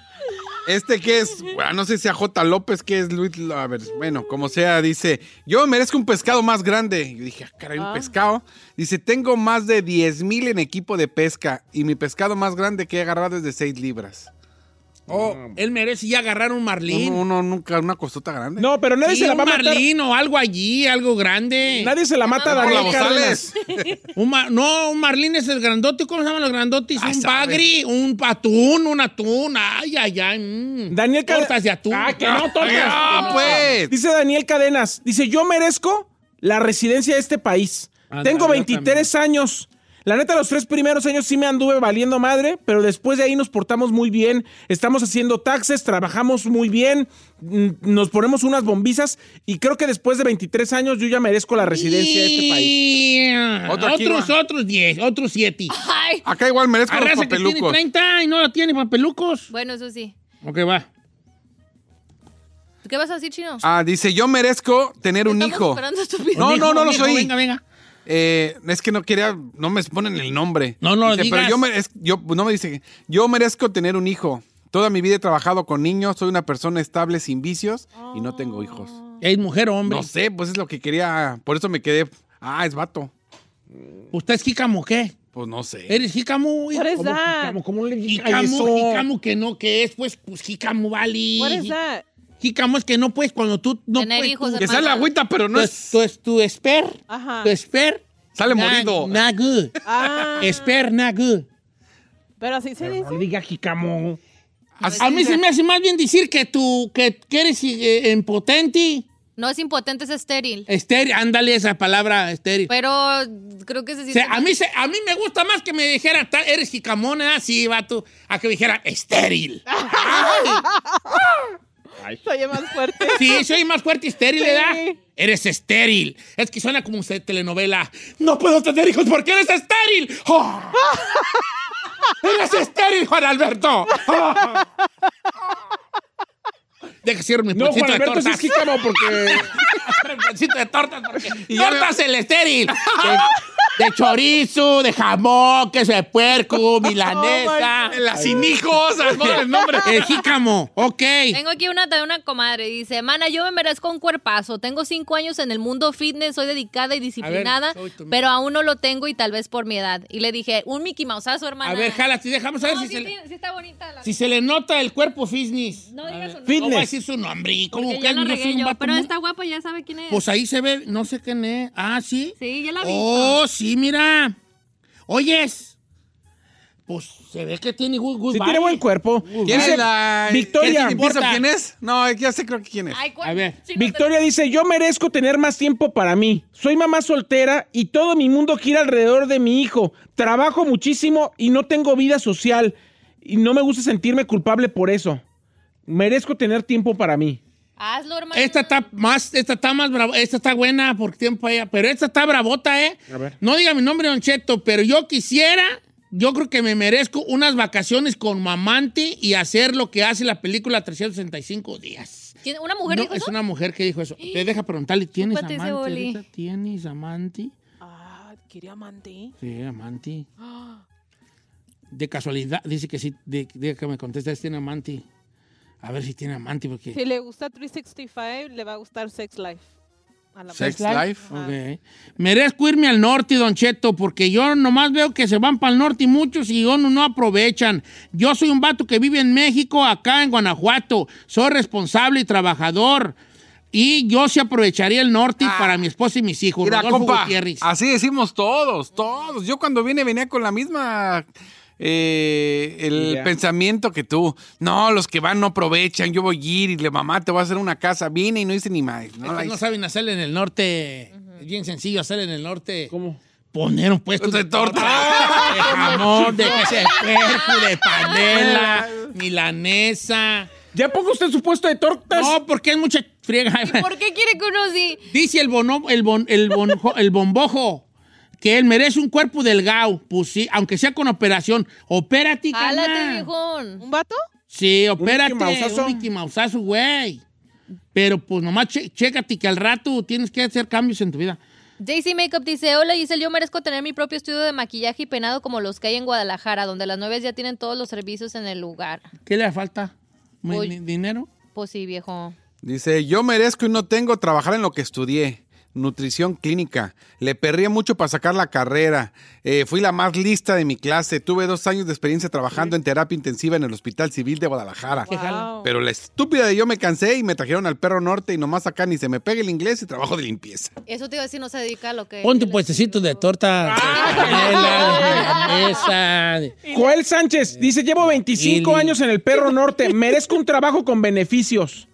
Este que es, bueno, no sé si a J. López, que es Luis, a ver, bueno, como sea, dice, yo merezco un pescado más grande. Yo dije, ah, caray, un
Ah.
pescado. Dice, tengo más de 10 mil en equipo de pesca y mi pescado más grande que he agarrado es de 6 libras.
Oh, él merece ya agarrar un marlín.
Uno, uno nunca, una costota grande.
No, pero nadie
Sí,
se la
un
va a matar.
marlín o algo allí, algo grande.
Nadie se la
Por
mata,
la
Daniel Cárdenas.
Bozales.
Un ma- no, un marlín es el grandote. ¿Cómo se llaman los grandotes?
Ah,
un
sabe.
bagri, un atún, un atún. Ay, ay, ay. mm.
Daniel Cade-
Tortas de atún.
Ah, que no, tortas.
Ah, pues.
Dice Daniel Cadenas, dice, yo merezco la residencia de este país.
Ah,
Tengo
no, yo
23 años. La neta, los tres primeros años sí me anduve valiendo madre, pero después de ahí nos portamos muy bien. Estamos haciendo taxes, trabajamos muy bien, mm, nos ponemos unas bombizas y creo que después de 23 años yo ya merezco la residencia de este país.
Y-
Otro aquí
otros,
va.
otros 10, otros 7.
Ay.
Acá igual merezco los
Arrasa que tiene
papelucos.
30 y no la tiene papelucos.
Bueno, eso sí.
Ok, va.
¿Qué vas a decir, Chino?
Ah, dice, yo merezco tener un
Estamos
hijo.
esperando tu opinión.
No,
Un hijo,
no, no
un
lo
hijo,
soy.
Venga, venga.
Eh, es que no quería, no me ponen el nombre.
No, no lo
Dice,
digas.
Pero yo, merez- yo pues, no me dice, yo merezco tener un hijo. Toda mi vida he trabajado con niños, soy una persona estable sin vicios y no tengo hijos.
Es mujer o hombre.
No sé, pues es lo que quería, por eso me quedé. Ah, es vato.
¿Usted es jícamo o qué?
Pues no sé.
¿Eres jícamo? hija?
What is
¿Cómo
that?
jícamo? ¿Cómo le
Ay,
Este, jícamo?
eso.
Jícamo que no, que es, pues, pues jícamo, vale.
What is that?
Jícamo es que no puedes cuando tú no
Tener
puedes,
hijos,
tú-
Que sale la agüita, pero
tu,
no es.
tu, tu esper,
Ajá.
tu esper.
Sale
na-
morido.
Na good.
Ah,
Esper, na good.
pero así se
No le
dice.
diga jicamo.
Pues
A mí se me hace más bien decir que tú, que, que eres eh, impotente.
No es impotente, es estéril.
Estéril, ándale esa palabra, estéril.
Pero creo que se
O
dice.
sea, a, mí se- a mí me gusta más que me dijera, "Ta- eres jicamona, así, vato, a que me dijera, estéril.
Soy más fuerte.
Sí, soy más fuerte y estéril,
Sí.
¿verdad? Eres estéril. Es que suena como una telenovela. No puedo tener hijos porque eres estéril. ¡Oh! ¡Eres estéril, Juan Alberto! ¡Oh! Deja que cierre mi
No,
pancito
Juan
de
Alberto sí es
tortas.
jicamo porque...
Cierre mi pancito de pues, tortas porque
Y ya
tortas el estéril. De, de chorizo, de jamón, queso de puerco, milanesa.
Las Ah, sin hijos, no el nombre.
El jícamo, ok.
Tengo aquí una de una comadre. Dice, Mana, yo me merezco un cuerpazo. Tengo cinco años en el mundo fitness, soy dedicada y disciplinada,
soy tu-
pero aún no lo tengo y tal vez por mi edad. Y le dije, un Mickey Mouseazo, hermana.
A ver, jálate, dejamos a ver
No,
si,
sí,
se
tiene- sí está bonita la...
le, si se le nota el cuerpo fitness.
No digas su
No
nombre,
voy a
Fitness.
decir su nombre. ¿y ¿Cómo
porque
que
ya la
no
regué
soy un
yo.
vato
Pero
muy-
está guapo, ya sabe quién es.
Pues ahí se ve, no sé quién es. Ah, sí.
sí, ya la vi.
Oh, sí, mira. Oyes. Pues se ve que tiene good, good
Sí tiene
vibes.
buen cuerpo.
¿Quién
Dice
es la-
Victoria.
¿Quién piensa
importa?
quién es? No, ya sé creo que quién es.
Ay, ¿cuál?
A ver,
Sí, no te-
Victoria dice, yo merezco tener más tiempo para mí. Soy mamá soltera y todo mi mundo gira alrededor de mi hijo. Trabajo muchísimo y no tengo vida social. Y no me gusta sentirme culpable por eso. Merezco tener tiempo para mí.
Hazlo, hermana.
Esta está más, esta está más bravo, esta está buena por tiempo allá, pero esta está bravota, ¿eh?
A ver.
No diga mi nombre, Don Cheto, pero yo quisiera, yo creo que me merezco unas vacaciones con mamante y hacer lo que hace la película 365 días.
¿Quién- ¿Una mujer
No,
dijo
es
eso?
una mujer que dijo eso. Te deja preguntarle, ¿tienes
Chúpate ese
amante?
boli.
ahorita? ¿Tienes amante?
Ah, quería amante.
Sí, amante.
Ah,
De casualidad, dice que sí, de, de que me contestas, tiene amante. A ver si tiene amante, porque...
Si le gusta 365, le va a gustar Sex Life. A la
Sex
vez.
Life. ah.
Ok. Merezco irme al norte, Don Cheto, porque yo nomás veo que se van para el norte y muchos y yo no, no aprovechan. Yo soy un vato que vive en México, acá en Guanajuato. Soy responsable y trabajador. Y yo sí aprovecharía el norte
Ah.
para mi esposa y mis hijos.
Mira,
Rodolfo
compa,
Gutiérrez.
así decimos todos, todos. Yo cuando vine venía con la misma eh, el
Idea.
pensamiento que tú. No, los que van no aprovechan, yo voy a ir y le mamá te voy a hacer una casa. Vine y no hice ni más.
Es
No,
que
la
no
hice.
saben hacer en el norte. Es bien sencillo hacer en el norte.
¿Cómo? Ah,
Poner un puesto
De torta.
de jamón, de queso de puerco, de panela, milanesa.
Ah. ¿Ya pongo usted su puesto de tortas?
No, porque hay mucha friega.
¿Y por qué quiere que uno sí?
Dice el, bono, el, bon- el, bonjo- el bombojo que él merece un cuerpo delgado. Pues sí, aunque sea con operación. Opérate,
Jálate,
carnal.
viejón.
¿Un vato?
Sí, opérate.
Mickey Mouseazo.
Un Mickey Mouseazo, güey. Pero pues nomás che- chécate que al rato tienes que hacer cambios en tu vida.
JC Makeup dice, hola Giselle, yo merezco tener mi propio estudio de maquillaje y peinado como los que hay en Guadalajara, donde las novias ya tienen todos los servicios en el lugar.
¿Qué le falta? ¿Mu-
Voy.
ni- ¿Dinero?
Pues sí, viejo.
Dice, yo merezco y no tengo trabajar en lo que estudié. Nutrición clínica. Le perría mucho para sacar la carrera. Eh, fui la más lista de mi clase. Tuve dos años de experiencia trabajando en terapia intensiva en el Hospital Civil de Guadalajara.
Wow.
Pero la estúpida de yo me cansé y me trajeron al perro norte y nomás acá ni se me pega el inglés y trabajo de limpieza.
Eso te iba a decir, no se dedica a lo que...
Ponte un puestecito de torta.
Ah,
Canela, esa.
Joel Sánchez dice, llevo 25
Lili.
años en el Perro Norte, merezco un trabajo con beneficios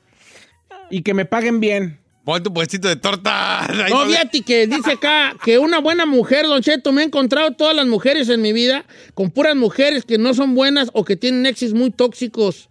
y que me paguen bien.
Pon tu puestito de torta. Ahí
No,
no le-
fíjate que dice acá que una buena mujer, Don Cheto, me he encontrado todas las mujeres en mi vida con puras mujeres que no son buenas o que tienen exes muy tóxicos,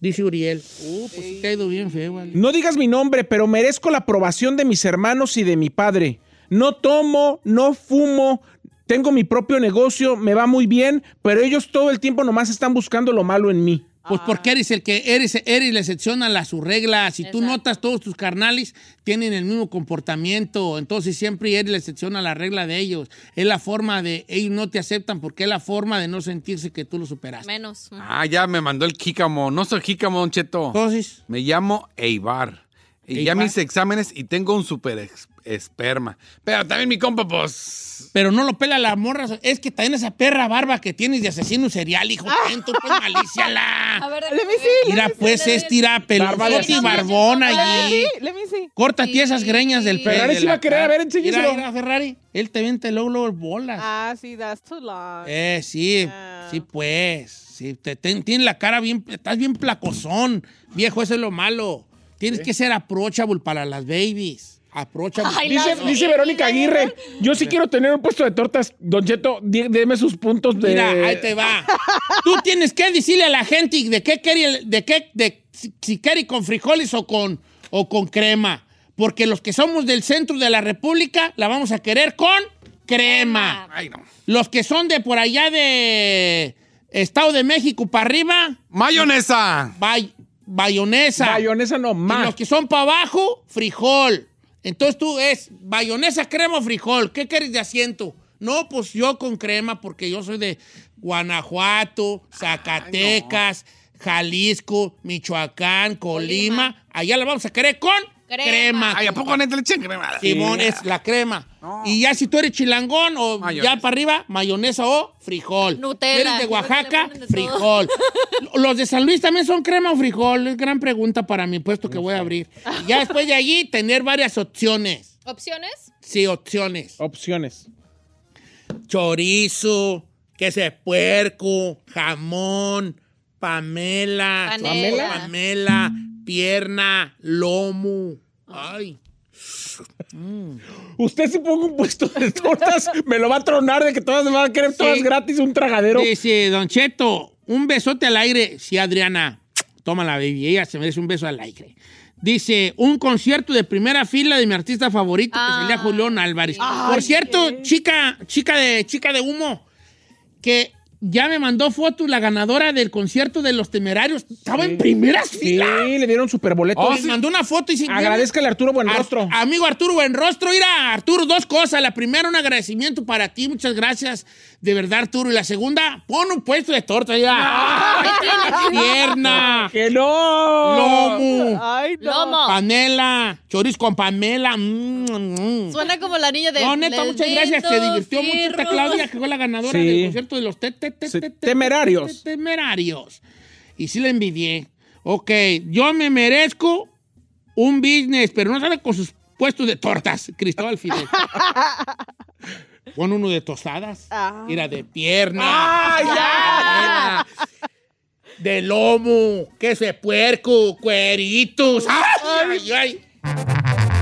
dice Uriel. Uh, pues sí te ha ido bien feo, vale.
No digas mi nombre, pero merezco la aprobación de mis hermanos y de mi padre. No tomo, no fumo, tengo mi propio negocio, me va muy bien, pero ellos todo el tiempo nomás están buscando lo malo en mí.
Pues
Ah.
porque eres el que eres, eres la excepción a las sus reglas. Si tú
Exacto.
notas, todos tus carnales tienen el mismo comportamiento. Entonces siempre eres la excepción a la regla de ellos. Es la forma de, ellos no te aceptan porque es la forma de no sentirse que tú lo superaste.
Menos.
Ah, ya me mandó el jícamo. No soy jícamo, Don Cheto.
Entonces,
Me llamo Eibar. Y ya
Eibar.
me hice exámenes y tengo un super ex- esperma. Pero también mi compa, pues.
pero no lo pela la morra. Es que también esa perra barba que tienes de asesino serial, hijo. también Tú pues
A
malíciala.
ver,
Let me see,
Mira, pues es tira pelota
Sí,
y
no,
barbona
no, no,
allí.
Let me see.
Córtate
Sí.
esas greñas del pelo.
Ferrari
de
sí va
la
a querer, a
cara.
ver, enséñaselo.
Mira, mira, Ferrari. Él te vende luego, luego bolas.
Ah, sí, that's too long.
Eh, sí,
Ah.
sí, pues. Sí, te, ten- tienes la cara bien, estás bien placozón, viejo, eso es lo malo. Tienes que ser approachable para las babies. Approachable.
Ay,
Dice,
la-
dice Verónica Aguirre, yo sí quiero tener un puesto de tortas, Don Cheto, di- deme sus puntos de...
Mira, ahí te va. Tú tienes que decirle a la gente de qué quiere, de qué, de si- si quiere con frijoles o con, o con crema. Porque los que somos del centro de la República la vamos a querer con crema.
Ay, no.
Los que son de por allá de Estado de México para arriba,
¡Mayonesa!
Bay, bayonesa.
Bayonesa no,
Y
más.
los que son para abajo, frijol. Entonces tú es bayonesa, crema o frijol. ¿Qué quieres de asiento? No, pues yo con crema porque yo soy de Guanajuato,
Ah,
Zacatecas, Jalisco, Michoacán, Colima. Allá la vamos a querer con crema.
Crema.
Ay, ¿a poco neta le echan crema?
Simón es la crema. Y ya si tú eres chilangón o
Mayonesa.
ya para arriba, mayonesa o frijol.
Nutella.
Eres de Oaxaca,
Le ponen de
frijol.
todo.
Los de San Luis también son crema o frijol. Es gran pregunta para mi puesto que voy a abrir. Ya después de allí, tener varias opciones.
¿Opciones?
Sí, opciones.
Opciones.
Chorizo, queso de puerco, jamón, pamela.
Panela.
Pamela, pierna, lomo. Ay.
Usted si pongo un puesto de tortas, me lo va a tronar de que todas me van a querer todas gratis un tragadero.
Dice, Don Cheto, un besote al aire. Sí, Adriana, tómala, baby. Ella se merece un beso al aire. Dice, un concierto de primera fila de mi artista favorito,
Ah,
que sería Julián Álvarez. Por cierto, chica, chica de, chica de humo, que ya me mandó fotos la ganadora del concierto de Los Temerarios. Estaba en primeras
Sí,
filas.
le dieron superboleto.
Me Oh, mandó una foto y dice,
Agradezcale a Arturo Buenrostro.
Ar- amigo Arturo Buenrostro, ira Arturo, dos cosas. La primera, un agradecimiento para ti, muchas gracias, de verdad, Arturo. Y la segunda, pon un puesto de torta, mira. Pierna,
¡Que no! Ah.
lomo,
Ay, no.
Lomo.
panela, choriz con pamela. mm, mm.
Suena como la niña de...
No, neta, muchas gracias. Te divirtió mucho esta Claudia, que fue la ganadora
Sí.
del concierto de los te- te- te-
Sí,
te- te-
temerarios.
te- Temerarios. Y sí la envidié. Ok, yo me merezco un business, pero no sale con sus puestos de tortas, Cristóbal Fidel. Pon uno de tostadas.
Ah.
Mira, de pierna. De lomo, queso de puerco, cueritos. ¡Ay, ay, ay!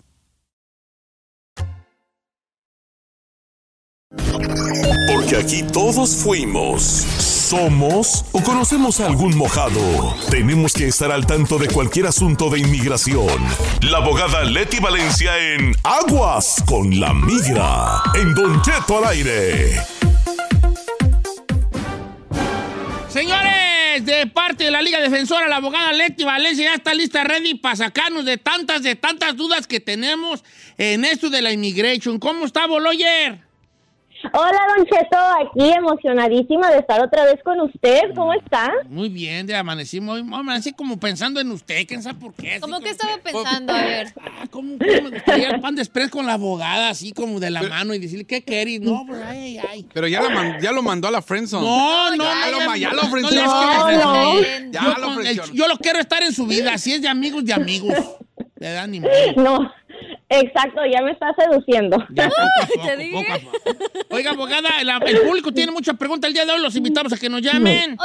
Porque aquí todos fuimos, somos o conocemos a algún mojado. Tenemos que estar al tanto de cualquier asunto de inmigración. La abogada Leti Valencia en Aguas con la Migra. En Don Cheto al aire.
Señores, de parte de la Liga Defensora, la abogada Leti Valencia ya está lista, ready para sacarnos de tantas, de tantas dudas que tenemos en esto de la immigration. ¿Cómo está, Boloyer?
Hola, Don Cheto, aquí emocionadísima de estar otra vez con usted. ¿Cómo está?
Muy bien, de amanecimos. hoy, Amanecí como pensando en usted, quién sabe por qué. así
¿Cómo
como Ah,
que estaba pensando? A ver.
¿Cómo, cómo me gustaría el pan de express con la abogada, así como de la mano, y decirle, ¿qué querés? No, pues, ay, ay, ay.
Pero ya, la man- ya lo mandó a la friendzone.
No, no,
ya,
no,
lo, ma- ya lo
no,
friendzone.
no, no.
Ya
Yo,
lo
con el-
friendzone.
yo lo quiero estar en su vida, si es de amigos, de amigos. De edad, ni modo.
No, exacto, ya me está seduciendo.
Poco a poco. Oiga, abogada, la- el público tiene muchas preguntas el día de hoy, los invitamos a que nos llamen.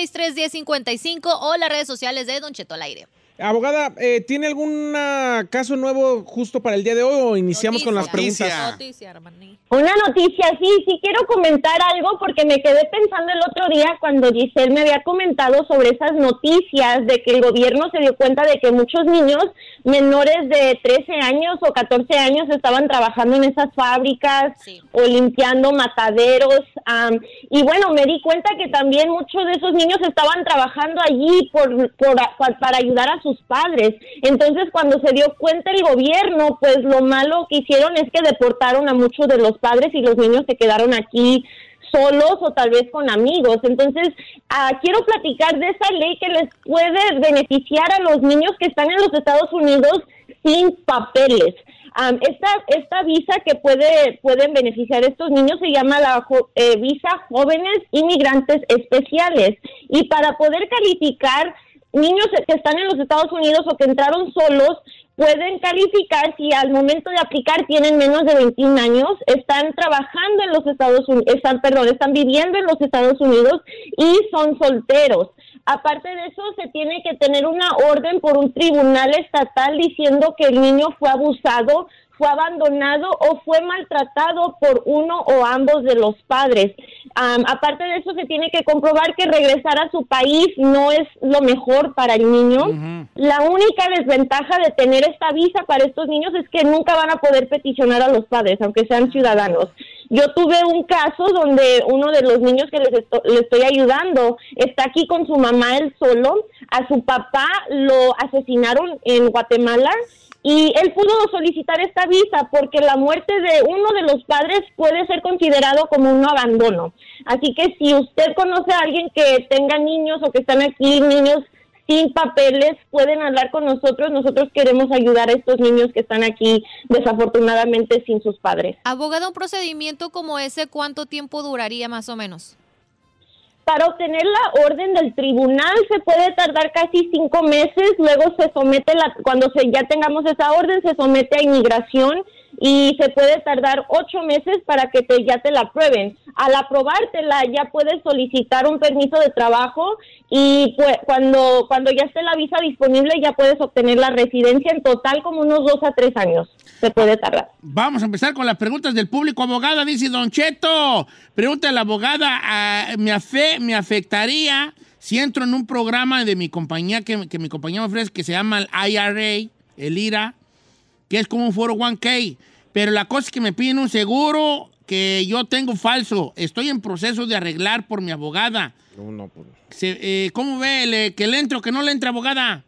818-563-1055 o las redes sociales de Don Cheto al aire.
Abogada, eh, ¿tiene algún ah, caso nuevo justo para el día de hoy o iniciamos con las
Noticia.
preguntas?
Noticia, hermano.
Una noticia, sí, sí quiero comentar algo porque me quedé pensando el otro día cuando Giselle me había comentado sobre esas noticias de que el gobierno se dio cuenta de que muchos niños menores de 13 años o 14 años estaban trabajando en esas fábricas o limpiando mataderos. am, y bueno, me di cuenta que también muchos de esos niños estaban trabajando allí por, por- pa- para ayudar a sus padres. Entonces, cuando se dio cuenta el gobierno, pues lo malo que hicieron es que deportaron a muchos de los padres y los niños se quedaron aquí solos o tal vez con amigos. Entonces, ah, quiero platicar de esa ley que les puede beneficiar a los niños que están en los Estados Unidos sin papeles. Am, esta, esta visa que puede, pueden beneficiar a estos niños se llama la jo- eh, visa jóvenes inmigrantes especiales. Y para poder calificar, niños que están en los Estados Unidos o que entraron solos pueden calificar si al momento de aplicar tienen menos de 21 años, están trabajando en los Estados Unidos, están, perdón, están viviendo en los Estados Unidos y son solteros. Aparte de eso, se tiene que tener una orden por un tribunal estatal diciendo que el niño fue abusado, fue abandonado o fue maltratado por uno o ambos de los padres. Am, aparte de eso, se tiene que comprobar que regresar a su país no es lo mejor para el niño. La única desventaja de tener esta visa para estos niños es que nunca van a poder peticionar a los padres, aunque sean ciudadanos. Yo tuve un caso donde uno de los niños que les esto- le estoy ayudando está aquí con su mamá él solo. A su papá lo asesinaron en Guatemala y él pudo solicitar esta visa porque la muerte de uno de los padres puede ser considerado como un abandono. Así que si usted conoce a alguien que tenga niños o que están aquí niños sin papeles, pueden hablar con nosotros. Nosotros queremos ayudar a estos niños que están aquí desafortunadamente sin sus padres.
Abogada, un procedimiento como ese, ¿cuánto tiempo duraría más o menos?
Para obtener la orden del tribunal se puede tardar casi cinco meses, luego se somete, la, cuando se, ya tengamos esa orden, se somete a inmigración y se puede tardar ocho meses para que te, ya te la aprueben. Al aprobártela ya puedes solicitar un permiso de trabajo y pues, cuando, cuando ya esté la visa disponible ya puedes obtener la residencia en total como unos dos a tres años. Se puede tardar.
Vamos a empezar con las preguntas del público. Abogada, dice Don Cheto. Pregunta a la abogada, ah, ¿me, afe- ¿me afectaría si entro en un programa de mi compañía que, que mi compañía me ofrece que se llama el IRA, oh el IRA, que es como un foro 1K? Pero la cosa es que me piden un seguro que yo tengo falso. Estoy en proceso de arreglar por mi abogada.
No, no, pues.
Se- eh, ¿Cómo ve le- que le entro, que no le entra abogada?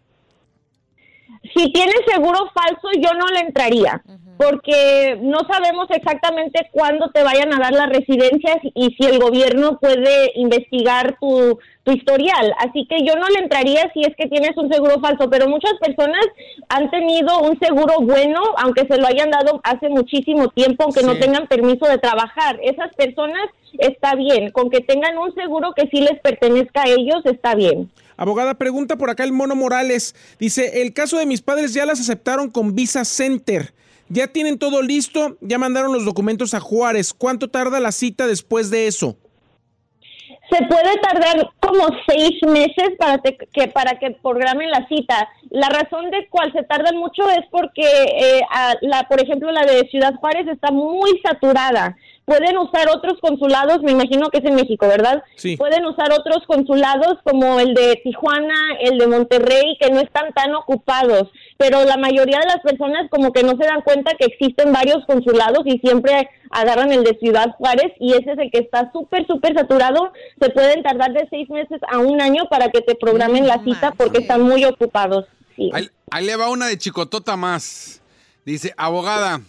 si tiene seguro falso, yo no le entraría, porque no sabemos exactamente cuándo te vayan a dar las residencias y si el gobierno puede investigar tu, tu historial. Así que yo no le entraría si es que tienes un seguro falso, pero muchas personas han tenido un seguro bueno, aunque se lo hayan dado hace muchísimo tiempo, aunque no tengan permiso de trabajar. Esas personas está bien, con que tengan un seguro que sí les pertenezca a ellos, está bien.
Abogada, pregunta por acá el Mono Morales. Dice, el caso de mis padres ya las aceptaron con Visa Center. Ya tienen todo listo, ya mandaron los documentos a Juárez. ¿Cuánto tarda la cita después de eso?
se puede tardar como seis meses para te- que para que programen la cita. La razón de cual se tardan mucho es porque, eh, a- la, por ejemplo, la de Ciudad Juárez está muy saturada. Pueden usar otros consulados, me imagino que es en México, ¿verdad?
Sí.
Pueden usar otros consulados como el de Tijuana, el de Monterrey, que no están tan ocupados, pero la mayoría de las personas como que no se dan cuenta que existen varios consulados y siempre agarran el de Ciudad Juárez y ese es el que está súper, súper saturado. Se pueden tardar de seis meses a un año para que te programen la cita porque están muy ocupados. Sí.
Ahí, ahí le va una de chicotota más. Dice, abogada,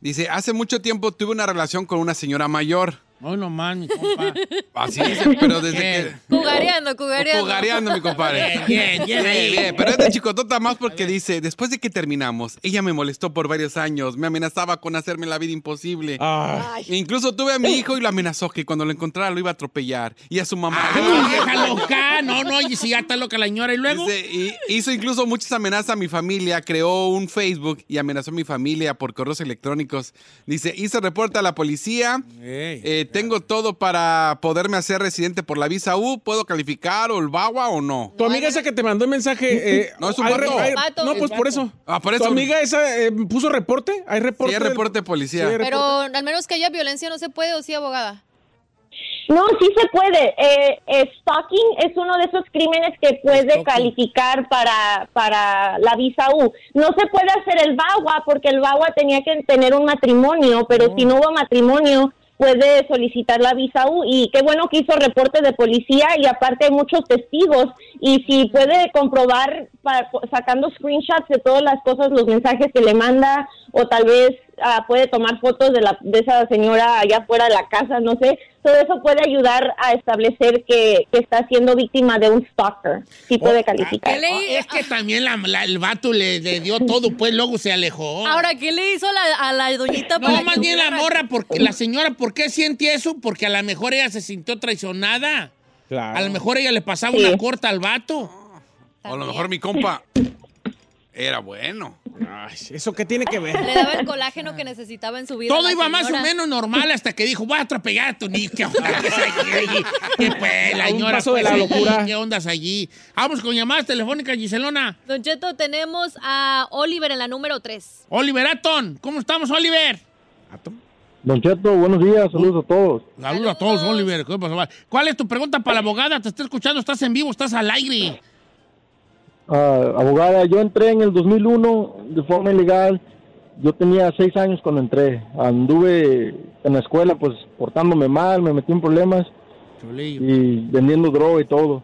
dice, hace mucho tiempo tuve una relación con una señora mayor.
No, no man, mi compa. Eh,
Así dice, pero desde que...
Cugareando, cugareando.
Cogareando, mi compadre.
Bien, bien, bien ahí.
Pero es de chicotota más porque dice, después de que terminamos, ella me molestó por varios años, me amenazaba con hacerme la vida imposible. Incluso tuve a mi hijo y lo amenazó que cuando lo encontrara lo iba a atropellar. Y a su mamá.
Ah, No, déjalo loca. No, no, y si ya está loca la señora y luego.
Dice, y hizo incluso muchas amenazas a mi familia, creó un Facebook y amenazó a mi familia por correos electrónicos. Dice, hice reporte a la policía, eh, tengo todo para poderme hacer residente por la visa U, ¿puedo calificar o el BAWA o no? Uh,
Tu amiga esa que te mandó el mensaje... eh,
No, es un
hay
vato.
re- hay-
Vato.
No, pues
Es
por
vato.
eso.
Ah, por
¿Tu
eso.
amiga esa eh, puso reporte? ¿Hay reporte?
Sí, hay reporte de policía.
Pero al menos que haya violencia no se puede, ¿o sí, abogada?
No, sí se puede. Eh, eh, stalking es uno de esos crímenes que puede calificar para, para la visa U. No se puede hacer el VAWA porque el VAWA tenía que tener un matrimonio, pero si no hubo matrimonio puede solicitar la visa U y qué bueno que hizo reporte de policía y aparte hay muchos testigos y si puede comprobar pa- sacando screenshots de todas las cosas, los mensajes que le manda o tal vez ah, puede tomar fotos de, la, de esa señora allá fuera de la casa, no sé. Todo eso puede ayudar a establecer que, que está siendo víctima de un stalker, si puede calificar.
Ah, Es
Ah.
que también la- la- el vato le, le dio todo, pues luego se alejó.
Ahora, ¿qué le hizo la- a la doñita? para
No, más
que
bien la
hubiera-
morra, porque la señora, ¿por qué siente eso? Porque a lo mejor ella se sintió traicionada. A lo mejor ella le pasaba una corta al vato.
O a lo mejor mi compa era bueno.
¿Eso qué tiene que ver?
Le daba el colágeno que necesitaba en su vida.
Todo
la
iba más o
señora.
menos normal hasta que dijo, voy a atropellar a tu niño. ¿Qué onda que es allí? Y pues, la
A un
señora,
paso de
pues,
la
allí,
locura.
¿Qué ondas allí? Vamos con llamadas telefónicas, Giselona.
Don Cheto, tenemos a Oliver en la número 3.
Oliver Aton, ¿cómo estamos, Oliver?
Don Cheto, buenos días, saludos a todos.
Saludos a todos, Oliver. ¿Qué pasó? ¿Cuál es tu pregunta para la abogada? ¿Te está escuchando? ¿Estás en vivo? ¿Estás al aire?
Ah, abogada, yo entré en el 2001 de forma ilegal. Yo tenía seis años cuando entré. Anduve en la escuela, pues portándome mal, me metí en problemas y vendiendo droga y todo.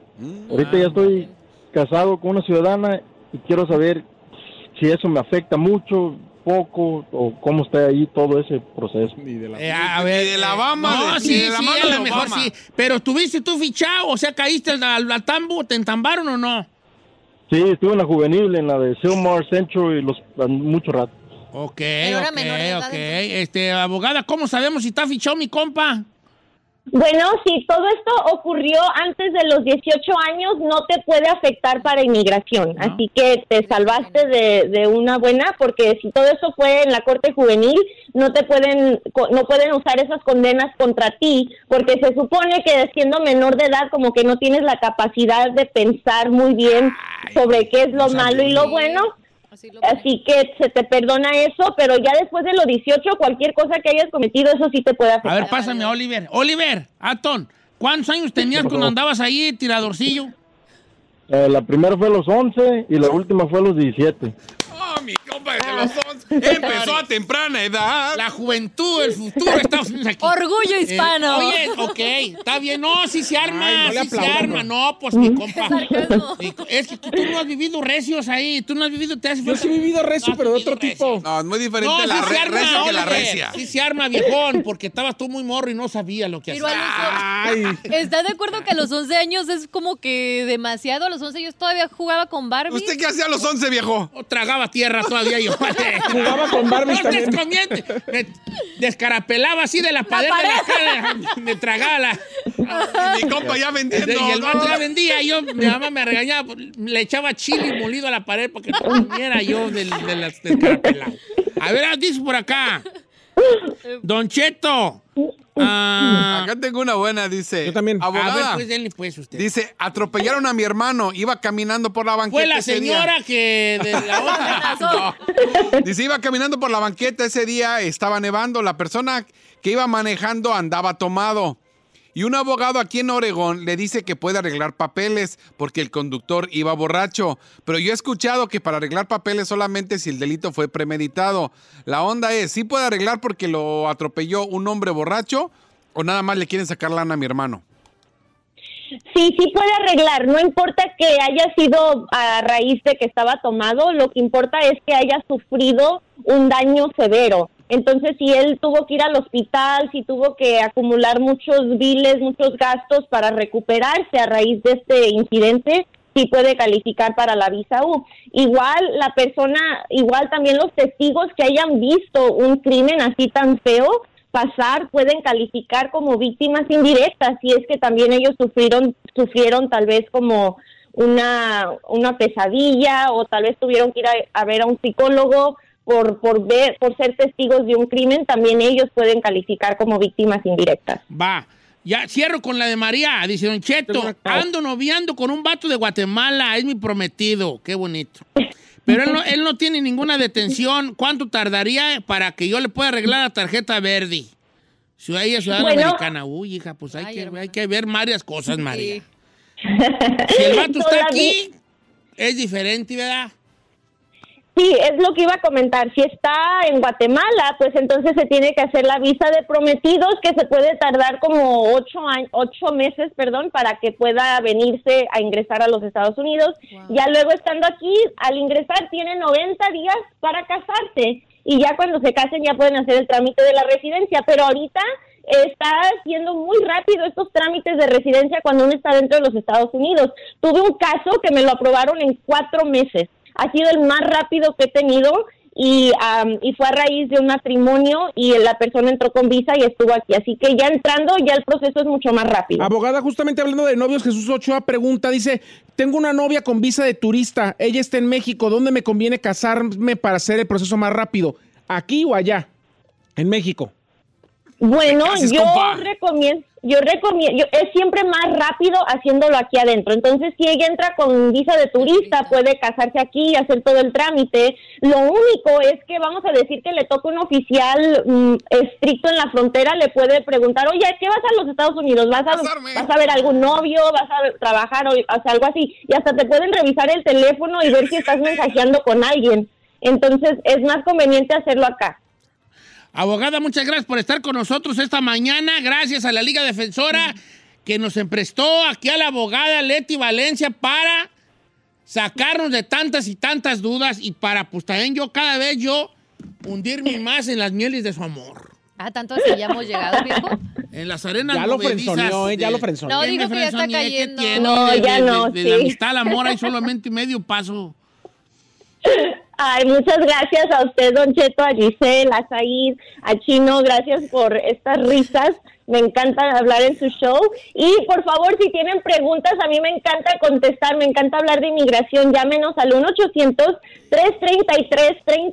Ahorita ya estoy casado con una ciudadana y quiero saber si eso me afecta mucho, poco o cómo está ahí todo ese proceso.
Eh, a a ver.
de la Bama,
No,
de-
sí,
ni de la
sí,
mano
a
de
lo mejor
Obama.
sí. Pero estuviste tú fichado, o sea, caíste al, al- al tambo, ¿te entambaron o no?
Sí, estuve en la juvenil, en la de Silmar Century, los, mucho rato.
Ok,
era
ok,
menor de edad,
ok. Este, abogada, ¿cómo sabemos si está fichado mi compa?
Bueno, si todo esto ocurrió antes de los 18 años, no te puede afectar para inmigración. Así que te salvaste de, de una buena, porque si todo eso fue en la corte juvenil, no te pueden, co- no pueden usar esas condenas contra ti, porque se supone que siendo menor de edad, como que no tienes la capacidad de pensar muy bien sobre qué es lo malo y lo bueno. Así que se te perdona eso, pero ya después de los 18, cualquier cosa que hayas cometido, eso sí te puede
A
afectar.
ver, pásame a Oliver. Oliver, Aton, ¿cuántos años tenías cuando andabas ahí, tiradorcillo?
Eh, la primera fue a los 11 y la última fue a los 17.
mi compa desde los 11. Empezó a temprana edad.
La juventud, el futuro está aquí. Eh,
Orgullo hispano.
oye, ok, está bien. No, sí se arma,
Ay, no le
sí se
aplaudan,
arma. No, pues mi compa. Mi co- Es que tú no has vivido recios ahí. Tú no has vivido, te hace
Yo sí he vivido recio, pero de otro tipo.
No, es muy diferente
No,
la
sí se
re-
arma,
recia que la
hombre.
recia.
Sí se arma, viejón, porque estabas tú muy morro y no sabías lo que
Pero
hacías.
Alex, ¿Estás de acuerdo que a los 11 años es como que demasiado? A los 11 yo todavía jugaba con Barbie.
¿Usted qué hacía a los 11, viejo?
tragaba tierra todavía yo. Jugaba
con Barbies también.
Me descarapelaba así de la pared de la cara. Me tragaba la...
Mi compa ya vendiendo.
Y el vato
no.
ya vendía. y Yo, mi mamá me regañaba. pues, Le echaba chile molido a la pared para que no comiera yo del, de las- del carapelado. A ver, dice por acá. Don Cheto. Ah,
Acá tengo una buena, dice. Yo también.
a ver,
Abogada.
pues denle pues usted.
Dice, atropellaron a mi hermano, iba caminando por la banqueta.
Fue la
ese día.
señora que de la otra.
Dice, iba caminando por la banqueta ese día, estaba nevando. La persona que iba manejando andaba tomado. Y un abogado aquí en Oregón le dice que puede arreglar papeles porque el conductor iba borracho. Pero yo he escuchado que para arreglar papeles solamente si el delito fue premeditado. La onda es, ¿sí puede arreglar porque lo atropelló un hombre borracho o nada más le quieren sacar lana a mi hermano?
Sí, sí puede arreglar, no importa que haya sido a raíz de que estaba tomado, lo que importa es que haya sufrido un daño severo. Entonces, si él tuvo que ir al hospital, si tuvo que acumular muchos biles, muchos gastos para recuperarse a raíz de este incidente, sí puede calificar para la visa U. Igual la persona, igual también los testigos que hayan visto un crimen así tan feo, pasar pueden calificar como víctimas indirectas si es que también ellos sufrieron sufrieron tal vez como una una pesadilla o tal vez tuvieron que ir a, a ver a un psicólogo por por ver por ser testigos de un crimen también ellos pueden calificar como víctimas indirectas
Va. Ya cierro con la de María. Dice Don Cheto, ando noviando con un vato de Guatemala, es mi prometido. Qué bonito. Pero él no, él no tiene ninguna detención. ¿Cuánto tardaría para que yo le pueda arreglar la tarjeta verde? Si ella es ciudadana
Bueno.
americana. Uy, hija, pues hay, que, hay que ver varias cosas, María.
Sí.
Si el vato está
Todavía-
aquí, es diferente, ¿verdad?
Sí, es lo que iba a comentar. Si está en Guatemala, pues entonces se tiene que hacer la visa de prometidos, que se puede tardar como ocho, años, ocho meses, perdón, para que pueda venirse a ingresar a los Estados Unidos. Ya luego estando aquí, al ingresar tiene 90 días para casarse y ya cuando se casen ya pueden hacer el trámite de la residencia, pero ahorita está haciendo muy rápido estos trámites de residencia cuando uno está dentro de los Estados Unidos. Tuve un caso que me lo aprobaron en cuatro meses. Ha sido el más rápido que he tenido y, am, y fue a raíz de un matrimonio y la persona entró con visa y estuvo aquí. Así que ya entrando, ya el proceso es mucho más rápido.
Abogada, justamente hablando de novios, Jesús Ochoa pregunta, dice, tengo una novia con visa de turista, ella está en México, ¿dónde me conviene casarme para hacer el proceso más rápido? ¿Aquí o allá? En México.
Bueno,
cases,
yo
compa.
recomiendo, yo recomiendo, es siempre más rápido haciéndolo aquí adentro. Entonces, si ella entra con visa de turista, puede casarse aquí y hacer todo el trámite. Lo único es que vamos a decir que le toca un oficial mm, estricto en la frontera, le puede preguntar, oye, ¿a ¿qué vas a los Estados Unidos? ¿Vas a, vas a ver algún novio? ¿Vas a trabajar? O, o sea, algo así. Y hasta te pueden revisar el teléfono y ver si estás mensajeando con alguien. Entonces, es más conveniente hacerlo acá.
Abogada, muchas gracias por estar con nosotros esta mañana. Gracias a la Liga Defensora que nos emprestó aquí a la abogada Leti Valencia para sacarnos de tantas y tantas dudas y para, pues también yo cada vez yo hundirme más en las mieles de su amor.
Ah, tanto así ya hemos llegado, viejo.
En las arenas
Ya lo
movedizas
frenzoneó, ¿eh? Ya
de-
lo frenzoneó.
No,
¿Quién
dijo
me
que ya está
frenzoneé? ¿Qué
cayendo.
tiene?
No,
De-
ya
de-
no,
de- de la
sí.
amistad al amor hay solamente medio paso.
Ay, muchas gracias a usted, Don Cheto, a Giselle, a Said, a Chino. Gracias por estas risas. Me encanta hablar en su show. Y por favor, si tienen preguntas, a mí me encanta contestar, me encanta hablar de inmigración. Llámenos al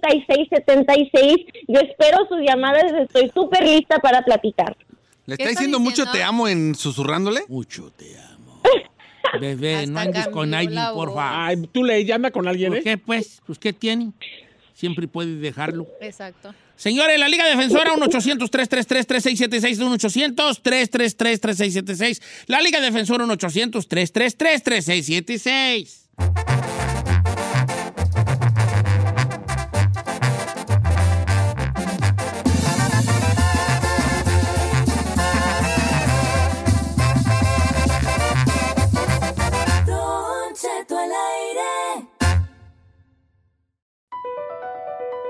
1-800-333-3676. Yo espero sus llamadas. Estoy súper lista para platicar.
¿Le
¿Qué
está
está
diciendo, mucho te amo en susurrándole?
Mucho te amo. Bebé, no andes con
cambió
alguien,
la
por
voz.
favá.
Ay, tú le ya anda con alguien,
¿Por
¿eh?
qué, pues? Pues, ¿qué tiene? Siempre puede dejarlo.
Exacto.
Señores, la Liga Defensora, 1-800-333-3676, 1-800-333-3676. La Liga Defensora, 1-800-333-3676.